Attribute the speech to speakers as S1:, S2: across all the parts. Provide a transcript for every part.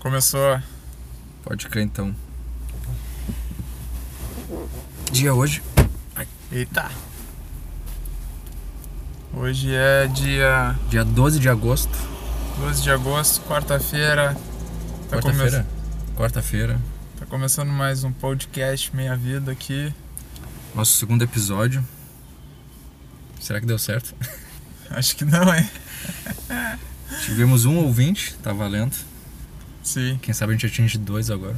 S1: Começou.
S2: Pode crer então. Dia hoje?
S1: Eita. Hoje é dia
S2: Dia 12 de agosto.
S1: 12 de agosto, quarta-feira. Tá, come-
S2: Quarta-feira? Quarta-feira.
S1: tá começando mais um podcast Meia Vida aqui.
S2: Nosso segundo episódio. Será que deu certo?
S1: Acho que não, hein?
S2: Tivemos um ouvinte, tá valendo.
S1: Sim.
S2: Quem sabe a gente atinge dois agora.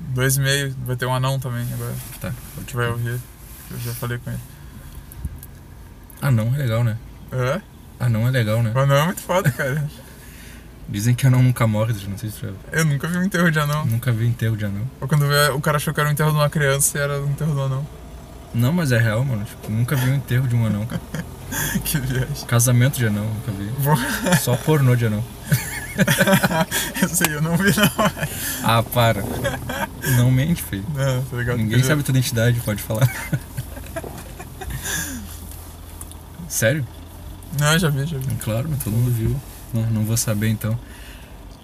S1: Dois e meio. Vai ter um anão também agora
S2: Tá. Pode
S1: que vai ouvir. Eu já falei com ele.
S2: Anão é legal, né?
S1: Hã?
S2: Anão é legal, né?
S1: O anão é muito foda, cara.
S2: Dizem que anão nunca morre, não sei se tu já-
S1: Eu nunca vi um enterro de anão.
S2: Nunca vi enterro de anão.
S1: Ou quando vê, o cara achou que era um enterro de uma criança e era um enterro do anão.
S2: Não, mas é real, mano. Tipo, nunca vi um enterro de um anão, cara.
S1: que viagem.
S2: Casamento de anão, nunca vi.
S1: Vou-
S2: Só pornô de anão.
S1: Esse aí eu não vi, não.
S2: Ah, para. Não mente, filho.
S1: Não, tá ligado?
S2: Ninguém sabe tua identidade, pode falar. Sério? É
S1: Não, já vi, já vi.
S2: Claro, mas todo mundo viu. Não, não vou saber então.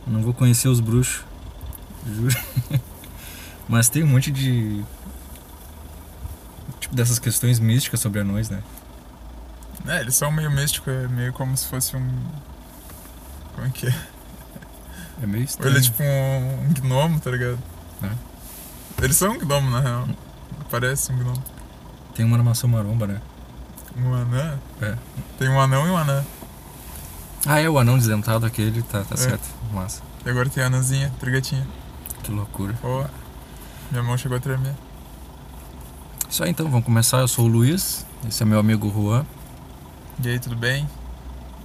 S2: Não vou conhecer os bruxos. Juro. Mas tem um monte de. Tipo, dessas questões místicas sobre anões, né?
S1: É, eles são meio místicos, é meio como se fosse um. Como é que é?
S2: É meio
S1: Ou
S2: estranho.
S1: ele é tipo um, um gnomo, tá ligado? Eles são um gnomo, na real. Parece um gnomo.
S2: Tem uma armação maromba, né?
S1: Um anã?
S2: É.
S1: Tem um anão e um anã.
S2: Ah, é o anão desdentado aquele, tá, tá
S1: É.
S2: certo. Massa.
S1: E agora tem a anãzinha, trigatinha.
S2: Que loucura.
S1: Ó. Minha mão chegou a tremer.
S2: Isso aí então, vamos começar. Eu sou o Luiz, esse é meu amigo Juan.
S1: E aí, tudo bem?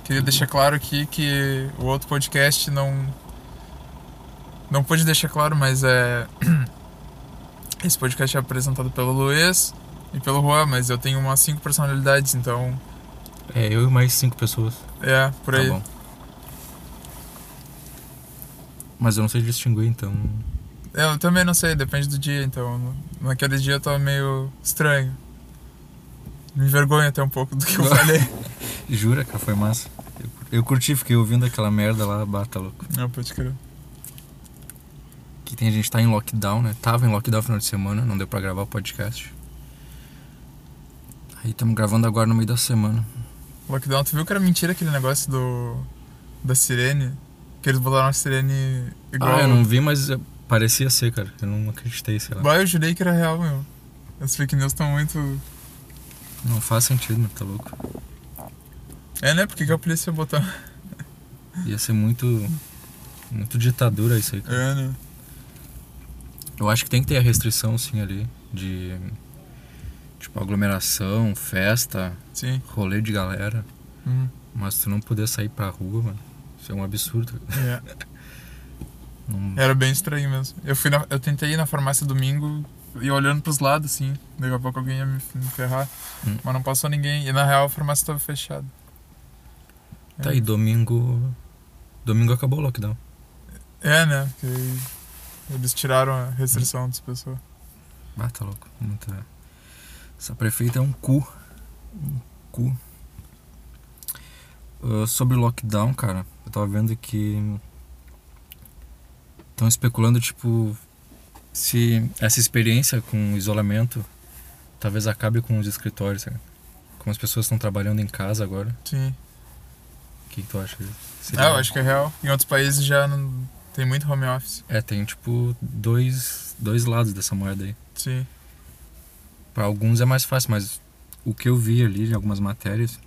S1: Queria deixar claro aqui que o outro podcast não. Não pude deixar claro, mas é. Esse podcast é apresentado pelo Luiz e pelo Juan, mas eu tenho umas cinco personalidades, então.
S2: É, eu e mais cinco pessoas.
S1: É, por aí.
S2: Tá bom. Mas eu não sei distinguir, então.
S1: Eu também não sei, depende do dia, então. no- Naquele dia eu tava meio estranho. Me envergonho até um pouco do que eu falei.
S2: Jura, cara, foi massa. Eu, cur- eu curti, fiquei ouvindo aquela merda lá, bata louco.
S1: Não, pode crer.
S2: Que tem a gente tá em lockdown, né? Tava em lockdown no final de semana, não deu pra gravar o podcast. Aí estamos gravando agora no meio da semana.
S1: Lockdown, tu viu que era mentira aquele negócio do. da sirene? Que eles botaram a sirene igual.
S2: Ah, eu não vi, mas eh, parecia ser, cara. Eu não acreditei, sei lá.
S1: um- Bah, eu jurei que era real, meu. As fake news estão muito.
S2: Não faz sentido, né? Tá louco.
S1: É, né? Por que, que a polícia ia botar?
S2: Ia ser muito. Muito ditadura isso aí, cara.
S1: É, né?
S2: Eu acho que tem que ter a restrição, sim, ali. De. Tipo, aglomeração, festa,
S1: Sim.
S2: rolê de galera.
S1: Uhum.
S2: Mas tu não poder sair pra rua, mano. Isso é um absurdo.
S1: É.
S2: Não-
S1: Era bem estranho mesmo. Eu, fui na- eu tentei ir na farmácia domingo e olhando pros lados, assim. Daqui a pouco alguém ia me, me ferrar.
S2: Hum.
S1: Mas não passou ninguém. E na real a farmácia tava fechada.
S2: Tá aí, domingo. Domingo acabou o lockdown.
S1: É, né? Porque eles tiraram a
S2: Hum.
S1: restrição das pessoas.
S2: Ah, tá louco. Muita... Essa prefeita é um cu. Um cu. Ah, sobre o lockdown, cara, eu tava vendo que. Estão especulando, tipo. Se essa experiência com isolamento talvez acabe com os escritórios, sabe? Como as pessoas estão trabalhando em casa agora.
S1: Sim.
S2: O que, que tu acha? Seria-
S1: Ah, eu acho que é real. Em outros países já não tem muito home office.
S2: É, tem, tipo, dois, dois lados dessa moeda aí.
S1: Sim.
S2: Pra alguns é mais fácil, mas o que eu vi ali em algumas matérias,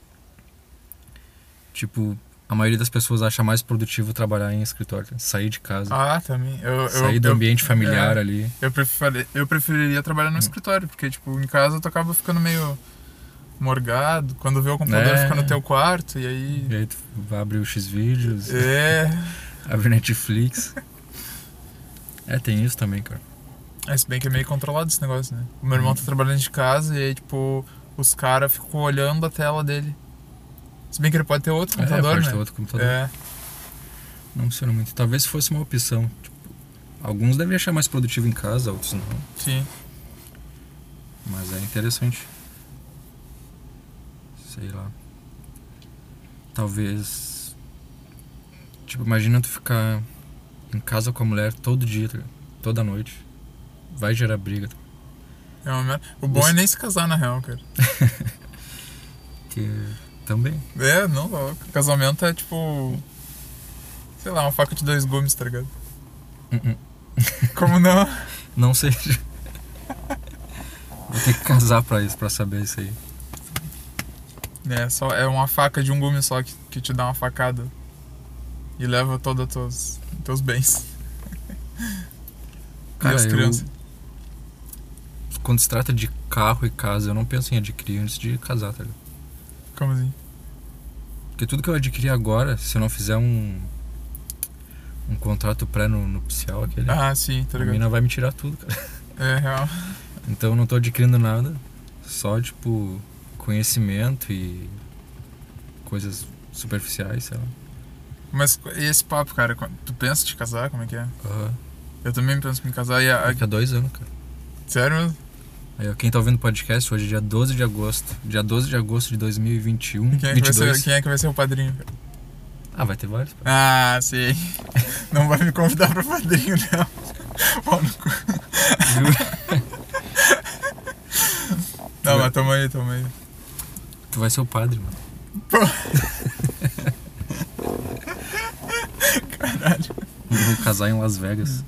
S2: tipo, a maioria das pessoas acha mais produtivo trabalhar em escritório, né? sair de casa,
S1: Ah, também. Eu, eu-
S2: sair do
S1: eu,
S2: ambiente familiar Hum.
S1: é.
S2: ali.
S1: Eu, preferi- eu preferiria trabalhar no escritório, porque, tipo, em casa tu acaba ficando meio morgado. Quando vê o computador,
S2: É.
S1: fica no teu quarto, e
S2: E
S1: aí...
S2: aí tu vai abrir o X-Vídeos,
S1: É,
S2: abre o Netflix. é, tem isso também, cara.
S1: é, se bem que é meio controlado esse negócio, né? O meu irmão tá
S2: Hum.
S1: trabalhando de casa, e aí, tipo, os caras ficam olhando a tela dele. Se bem que ele pode ter outro
S2: é,
S1: computador,
S2: pode
S1: né?
S2: ter outro computador.
S1: É,
S2: Não funciona muito. Talvez fosse uma opção. Tipo, alguns devem achar mais produtivo em casa, outros não.
S1: sim.
S2: Mas é interessante. Sei lá. Talvez. Tipo, imagina tu ficar em casa com a mulher todo dia, tá ligado? toda noite, vai gerar briga. tá ligado?
S1: É uma merda. O bom
S2: Isso-
S1: é nem se casar, na real, cara.
S2: Que também.
S1: É, não, louco. Casamento é tipo. Sei lá, uma faca de dois gumes, tá ligado?
S2: Hum, hum.
S1: Como não?
S2: Não seja. Vou ter que casar pra isso, pra saber isso aí.
S1: É, só, é uma faca de um gume só que, que te dá uma facada. E leva todos os teus, teus bens. e
S2: Cara,
S1: as
S2: eu-
S1: crianças.
S2: Quando se trata de carro e casa, eu não penso em adquirir antes de casar, tá ligado?
S1: Como assim?
S2: Porque tudo que eu adquirir agora, se eu não fizer um. um contrato pré-nupcial aquele,
S1: Ah, sim, tá
S2: a
S1: ligado?
S2: mina vai me tirar tudo, cara.
S1: É real.
S2: Então eu não tô adquirindo nada, só tipo conhecimento e coisas superficiais, sei lá.
S1: Mas e esse papo, cara? Quando- Tu pensa te casar? Como é que é?
S2: Aham.
S1: Eu também penso em me casar. E a, a-
S2: Daqui a dois anos, cara.
S1: sério mesmo?
S2: Aí, ó, quem tá ouvindo o podcast, hoje é dia 12 de agosto. Dia 12 de agosto de 2021.
S1: Quem é, que vai
S2: 22.
S1: ser, quem é que vai ser o padrinho? cara?
S2: Ah, vai ter vários. pô.
S1: Ah, sim. Não vai me convidar pra padrinho, não. Pau no cu. Não, mas toma aí, toma aí.
S2: Tu vai ser o padre, mano.
S1: Caralho.
S2: Eu vou casar em Las Vegas.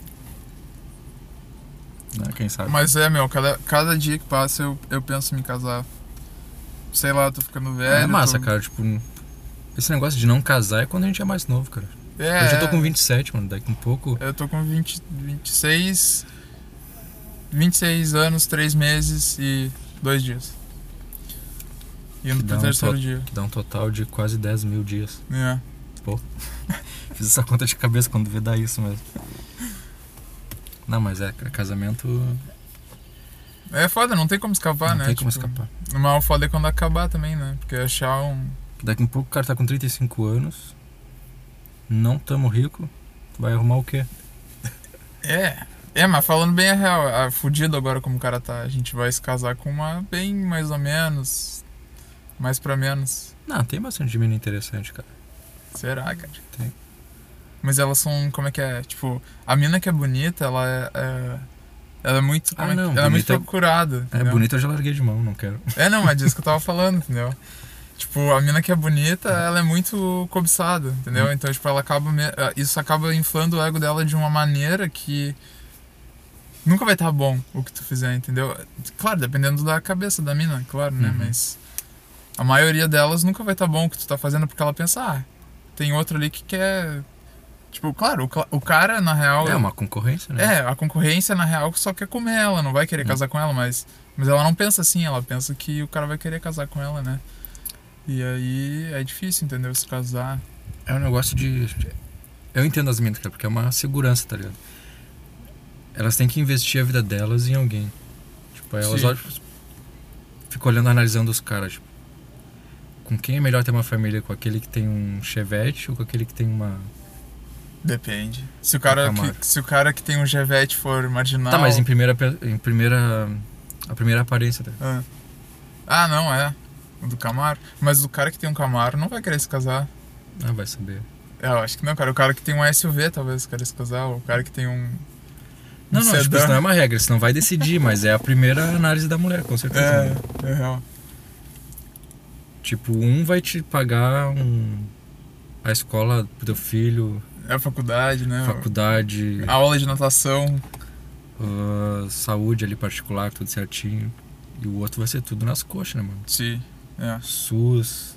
S2: Ah, quem sabe?
S1: Mas é, meu, cada, cada dia que passa eu, eu penso em me casar. Sei lá, eu tô ficando velho.
S2: é massa,
S1: tô-
S2: cara. Tipo, esse negócio de não casar é quando a gente é mais novo, cara.
S1: É,
S2: Eu já tô com 27, mano. Daqui um pouco.
S1: Eu tô com 20, 26. 26 anos, 3 meses e 2 dias. Indo
S2: Que
S1: pro
S2: dá um
S1: terceiro
S2: to-
S1: dia.
S2: Que dá um total de quase 10 mil dias.
S1: É.
S2: Fiz essa conta de cabeça quando vê dar isso mesmo. Não, mas é, cara, casamento.
S1: É foda, não tem como escapar,
S2: não
S1: né?
S2: tem como
S1: Tipo,
S2: escapar.
S1: Mas o foda é quando acabar também, né? Porque achar um.
S2: Daqui um pouco o cara tá com 35 anos. Não tamo rico. Vai arrumar o quê?
S1: É. É, mas falando bem a real, a, fudido agora como o cara tá. A gente vai se casar com uma bem mais ou menos. Mais pra menos.
S2: Não, Ah, tem bastante mina interessante, cara.
S1: Será, cara?
S2: Tem.
S1: Mas elas são. Como é que é? Tipo, a mina que é bonita, ela é. é- ela é muito.
S2: Ah,
S1: como é que-
S2: não,
S1: ela é muito
S2: bonita-
S1: procurada.
S2: É
S1: entendeu?
S2: bonito, eu já larguei de mão, não quero.
S1: É, não, é disso que eu tava falando, entendeu? Tipo, a mina que é bonita, ela é muito cobiçada, entendeu?
S2: Hum.
S1: Então, tipo, ela acaba. me- eh, Isso acaba inflando o ego dela de uma maneira que. Nunca vai estar bom o que tu fizer, entendeu? Claro, dependendo da cabeça da mina, claro, né?
S2: Uhum.
S1: Mas. A maioria delas nunca vai estar bom o que tu tá fazendo porque ela pensa, ah, tem outro ali que quer. Tipo, claro, o, cla- o cara, na real.
S2: É uma concorrência, né?
S1: É, a concorrência, na real, só quer comer ela, não vai querer
S2: Hum.
S1: casar com ela, mas, mas ela não pensa assim, ela pensa que o cara vai querer casar com ela, né? E aí é difícil, entendeu? Se casar.
S2: É um negócio de. de- Eu entendo as minas, cara, porque é uma segurança, tá ligado? Elas têm que investir a vida delas em alguém. Tipo, aí elas
S1: Sim.
S2: olham. tipo, Ficam olhando, analisando os caras. Tipo, com quem é melhor ter uma família? Com aquele que tem um chevette ou com aquele que tem uma.
S1: Depende. Se o cara,
S2: Nunca mais.
S1: que, se o cara que tem um Chevette for marginal.
S2: Tá, mas em primeira. pe- Em primeira. A primeira aparência, tá ligado?
S1: Ah, Ah, não, é. O do Camaro. Mas o cara que tem um Camaro não vai querer se casar.
S2: Ah, vai saber.
S1: É, eu acho que não, cara. O cara que tem um SUV talvez queira se casar, ou o cara que tem um. um
S2: Não, não, tipo,
S1: sedã.
S2: isso não é uma regra, isso não vai decidir, mas é a primeira análise da mulher, com certeza. né?
S1: É, é real.
S2: Tipo, um vai te pagar um- a escola pro teu filho,
S1: É a faculdade, né?
S2: faculdade,
S1: A aula de natação.
S2: ah, saúde ali particular, tudo certinho. E o outro vai ser tudo nas coxas, né, mano?
S1: Sim. É.
S2: SUS,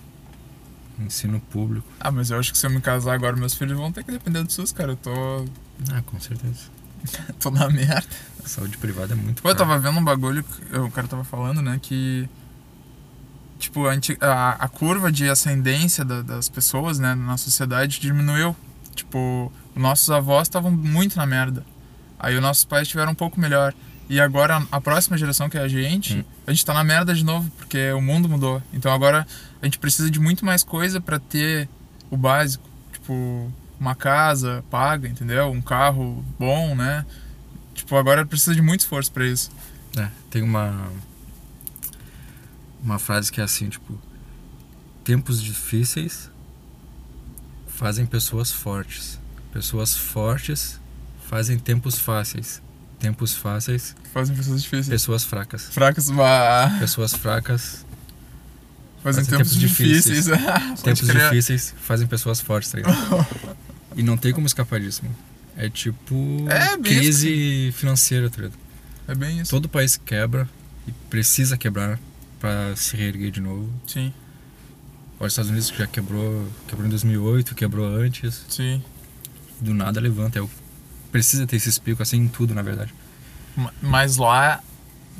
S2: ensino público.
S1: Ah, mas eu acho que se eu me casar agora, meus filhos vão ter que depender do SUS, cara. Eu tô,
S2: Ah, com certeza.
S1: tô na merda.
S2: A saúde privada é muito
S1: Pô, eu
S2: cara.
S1: tava vendo um bagulho, que o cara tava falando, né, que. Tipo, a, anti- a, a curva de ascendência da- das pessoas, né, na sociedade diminuiu. Tipo, nossos avós estavam muito na merda. Aí os nossos pais tiveram um pouco melhor. E agora a próxima geração que é a gente,
S2: Hum.
S1: a gente tá na merda de novo, porque o mundo mudou. Então agora a gente precisa de muito mais coisa pra ter o básico, tipo uma casa paga, entendeu? Um carro bom, né? Tipo, agora precisa de muito esforço pra isso.
S2: É, tem uma uma frase que é assim, tipo, tempos difíceis fazem pessoas fortes. Pessoas fortes fazem tempos fáceis. Tempos fáceis,
S1: Fazem pessoas difíceis.
S2: pessoas fracas.
S1: Fracas, mas.
S2: Pessoas fracas,
S1: Fazem
S2: Fazem
S1: tempos,
S2: tempos
S1: difíceis.
S2: difíceis.
S1: Pode
S2: tempos
S1: crer.
S2: difíceis fazem pessoas fortes, tá ligado? E não tem como escapar disso, mano. É tipo
S1: É, bem
S2: crise financeira, tá ligado?
S1: É bem isso.
S2: Todo país quebra e precisa quebrar pra se reerguer de novo.
S1: Sim,
S2: Olha os Estados Unidos que já quebrou, quebrou em 2008, quebrou antes,
S1: sim.
S2: do nada levanta. É o- precisa ter esses picos assim em tudo, na verdade.
S1: Ma- Mas lá,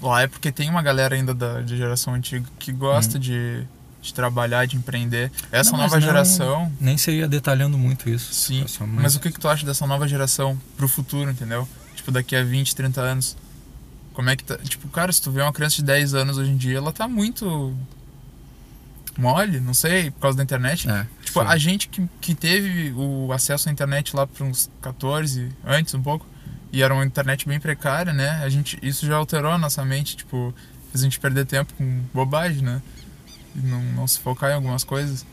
S1: lá é porque tem uma galera ainda da, de geração antiga que gosta de, de trabalhar, de empreender. Essa
S2: Hum. Não, mas
S1: nova
S2: não- é
S1: geração,
S2: Nem seria detalhando muito isso.
S1: sim.
S2: É só mais-
S1: Mas o que, que tu acha dessa nova geração pro futuro, entendeu? Tipo, daqui a 20, 30 anos. Como é que tá. Tipo, cara, se tu vê uma criança de 10 anos hoje em dia, ela tá muito. mole, não sei, por causa da internet.
S2: É,
S1: Tipo,
S2: sim.
S1: a gente que, que teve o acesso à internet lá para uns 14, antes um pouco, e era uma internet bem precária, né? A gente, isso já alterou a nossa mente, tipo, fez a gente perder tempo com bobagem, né? E não, não se focar em algumas coisas.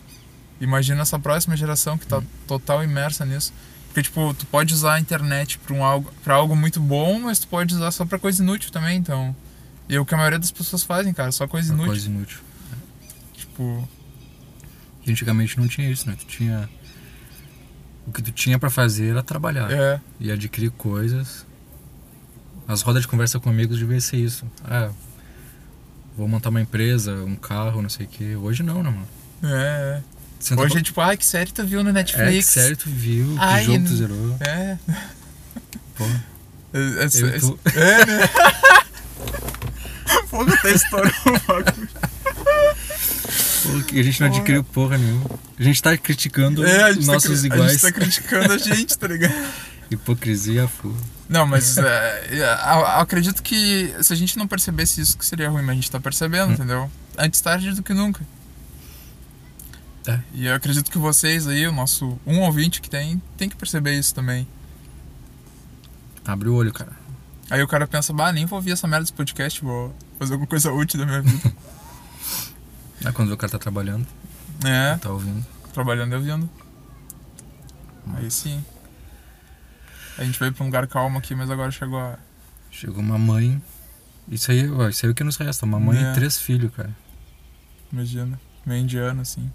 S1: Imagina essa próxima geração que tá total imersa nisso. Porque, tipo, tu pode usar a internet pra, um algo, pra algo muito bom, mas tu pode usar só pra coisa inútil também, então... E é o que a maioria das pessoas fazem, cara, só coisa
S2: uma
S1: inútil.
S2: coisa inútil.
S1: Tipo,
S2: E antigamente não tinha isso, né? Tu tinha. O que tu tinha pra fazer era trabalhar
S1: é,
S2: e adquirir coisas. As rodas de conversa com amigos devia ser isso. Ah, vou montar uma empresa, um carro, não sei o quê. Hoje não, né, mano?
S1: é, é.
S2: Senta
S1: Hoje
S2: pra-
S1: é tipo, ai, que série tu viu no
S2: é que
S1: Netflix?
S2: sério, tu viu, que
S1: Ai,
S2: jogo tu
S1: não-
S2: zerou.
S1: É.
S2: Pô,
S1: É, é,
S2: eu
S1: é,
S2: e tu.
S1: é, né? Fogo até estourou o bagulho.
S2: Pô, que a gente não adquiriu porra nenhuma. A gente tá criticando
S1: É, a
S2: os
S1: gente, tá,
S2: nossos
S1: cri- a
S2: iguais.
S1: gente tá criticando a gente, tá ligado?
S2: Hipocrisia full.
S1: Não, mas é, é, a- acredito que se a gente não percebesse isso, que seria ruim, mas a gente tá percebendo,
S2: Hum.
S1: entendeu? Antes tarde do que nunca.
S2: É.
S1: E eu acredito que vocês aí, o nosso um ouvinte que tem, tem que perceber isso também.
S2: Abre o olho, cara.
S1: Aí o cara pensa, bah, nem vou ouvir essa merda desse podcast, vou fazer alguma coisa útil da minha vida.
S2: Ah, quando o cara tá trabalhando,
S1: é,
S2: tá ouvindo.
S1: trabalhando e ouvindo. Aí sim. A gente veio pra um lugar calmo aqui, mas agora chegou a.
S2: Chegou uma mãe. Isso aí, ó, isso aí é o que nos resta. Uma mãe
S1: É.
S2: e três filhos, cara.
S1: Imagina, meio indiano, assim.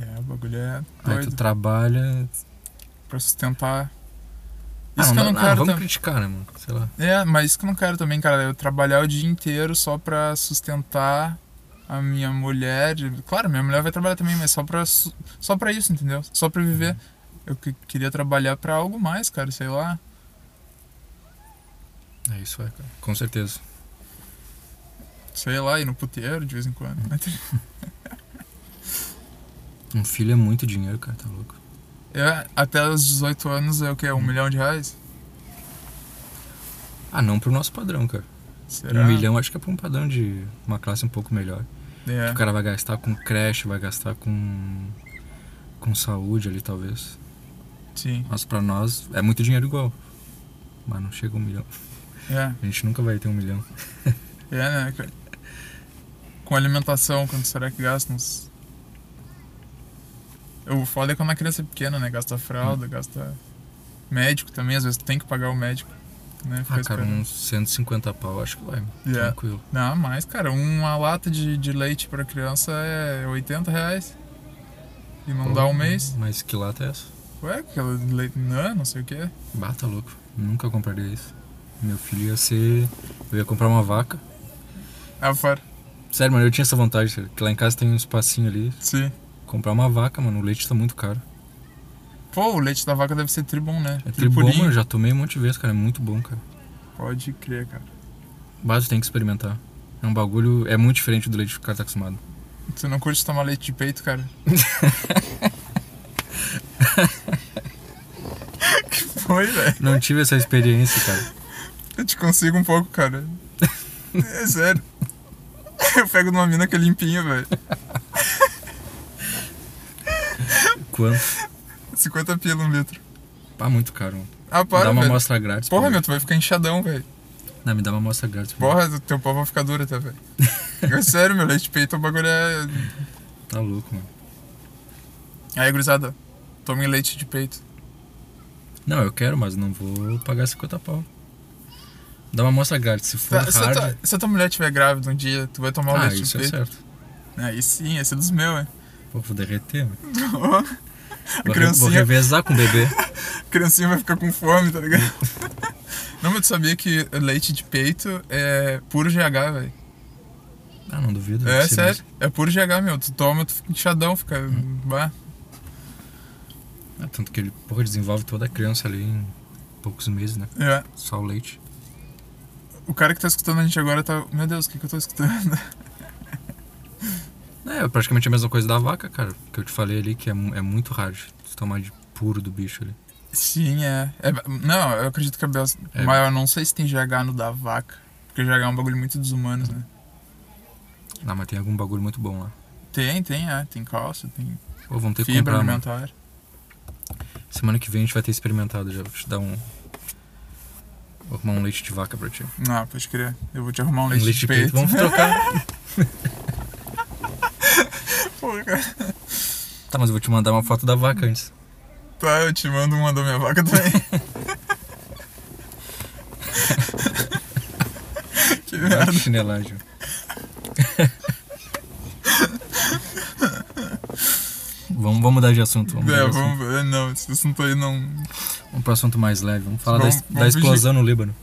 S1: É, o bagulho é
S2: Aí tu
S1: doido
S2: trabalha.
S1: pra sustentar.
S2: Ah,
S1: Isso que eu não quero
S2: vamos
S1: também.
S2: criticar, né, mano? Sei lá.
S1: É, mas isso que eu não quero também, cara. é Eu trabalhar o dia inteiro só pra sustentar a minha mulher. Claro, minha mulher vai trabalhar também, mas só pra, su- só pra isso, entendeu? Só pra viver. Eu que- queria trabalhar pra algo mais, cara, sei lá.
S2: É isso é, cara. Com certeza.
S1: Sei lá, ir no puteiro de vez em quando.
S2: Um filho é muito dinheiro, cara, tá louco.
S1: É, até os 18 anos é o quê? Um milhão de reais?
S2: Ah, não pro nosso padrão, cara.
S1: Será?
S2: Um milhão acho que é pra um padrão de uma classe um pouco melhor.
S1: É.
S2: O cara vai gastar com creche, vai gastar com. com saúde ali, talvez.
S1: Sim.
S2: Mas pra nós é muito dinheiro igual. Mas não chega a um milhão.
S1: É.
S2: A gente nunca vai ter um milhão.
S1: É, né, cara? Com alimentação, quanto será que gasta? Uns... O foda é quando a criança é pequena, né? Gasta fralda,
S2: Hum.
S1: gasta médico também, às vezes tem que pagar o médico. Né? Ficar
S2: Ah, cara,
S1: esperando.
S2: uns 150 pau, acho que vai.
S1: Yeah.
S2: Tranquilo.
S1: Não, mas, cara, uma lata de, de leite pra criança é 80 reais. E não dá um mês.
S2: Mas que lata é essa?
S1: Ué, aquela de leite né? não, não sei o que.
S2: Bata louco. Nunca compraria isso. Meu filho ia ser. Eu ia comprar uma vaca.
S1: Ah, fora. sério,
S2: Sério, mano, eu tinha essa vontade, cara, que lá em casa tem um espacinho ali.
S1: Sim.
S2: Comprar uma vaca, mano, o leite tá muito caro.
S1: Pô, o leite da vaca deve ser tribom, né?
S2: É
S1: Aquele
S2: tri bom,
S1: purinho.
S2: mano, eu já tomei um monte de vezes, cara, é muito bom, cara.
S1: Pode crer, cara.
S2: Mas tu tem que experimentar. É um bagulho, é muito diferente do leite que o cara tá acostumado.
S1: Tu não curte tomar leite de peito, cara? que foi, velho?
S2: Não tive essa experiência, cara.
S1: Eu te consigo um pouco, cara. É sério. Eu pego numa mina que é limpinha, velho.
S2: Quanto?
S1: 50 pila um litro.
S2: Ah, muito caro. mano.
S1: Ah, para,
S2: dá uma
S1: velho.
S2: amostra grátis.
S1: Porra,
S2: pra
S1: meu,
S2: mim.
S1: tu vai ficar inchadão, velho.
S2: Não, me dá uma amostra grátis. pra mim.
S1: Porra, o teu pau vai ficar duro até, velho. É sério, meu, leite de peito o bagulho é...
S2: Tá louco, mano.
S1: é, Aí, gurizada, tomem leite de peito.
S2: Não, eu quero, mas não vou pagar 50 pau. Dá uma amostra grátis. Se for
S1: Tá, se, a
S2: hard.
S1: tua, se a tua mulher estiver grávida um dia, tu vai tomar o
S2: ah,
S1: leite
S2: isso
S1: de
S2: é
S1: peito.
S2: certo.
S1: Aí sim, esse é dos meus, hein?
S2: Pô, vou derreter. meu. Vou, re- vou
S1: criancinha-
S2: revezar com o bebê.
S1: A criancinha vai ficar com fome, tá ligado? Não, mas tu sabia que leite de peito é puro GH, velho.
S2: Ah, não duvido.
S1: É,
S2: deve ser
S1: sério. É puro GH, meu. Tu toma, tu fica inchadão, fica...
S2: Hum.
S1: Bah.
S2: mesmo. Ah, tanto que ele porra, desenvolve toda a criança ali em poucos meses, né?
S1: É.
S2: Só o leite.
S1: O cara que tá escutando a gente agora tá... Meu Deus, o que que eu tô escutando?
S2: É, praticamente a mesma coisa da vaca, cara. Que eu te falei ali, que é, mu- é muito hard. Se tomar de puro do bicho ali.
S1: Sim, é. É, Não, eu acredito que é Belz.
S2: É.
S1: Mas eu não sei se tem GH no da vaca. Porque GH é um bagulho muito dos humanos, né?
S2: Ah, mas tem algum bagulho muito bom lá.
S1: Tem, tem, é. Tem cálcio, tem
S2: Pô, vamos ter que
S1: fibra
S2: comprar, mano.
S1: alimentar.
S2: Semana que vem a gente vai ter experimentado já. Vou te dar um. Vou arrumar um leite de vaca pra ti.
S1: Não, Ah, pode crer. Eu vou te arrumar um
S2: Um
S1: leite, de peito.
S2: Vamos trocar.
S1: Pô, cara.
S2: tá, mas eu vou te mandar uma foto da vaca antes.
S1: Tá, eu te mando uma da minha vaca também. que
S2: Ah,
S1: merda.
S2: que chinelagem. vamos, vamos mudar de assunto. Vamos, assim. mudar
S1: É,
S2: de assunto.
S1: vamos ver. Não, esse assunto aí não.
S2: Vamos pro assunto mais leve. Vamos falar
S1: Vamos-
S2: da, es- da
S1: vamos
S2: explosão no Líbano.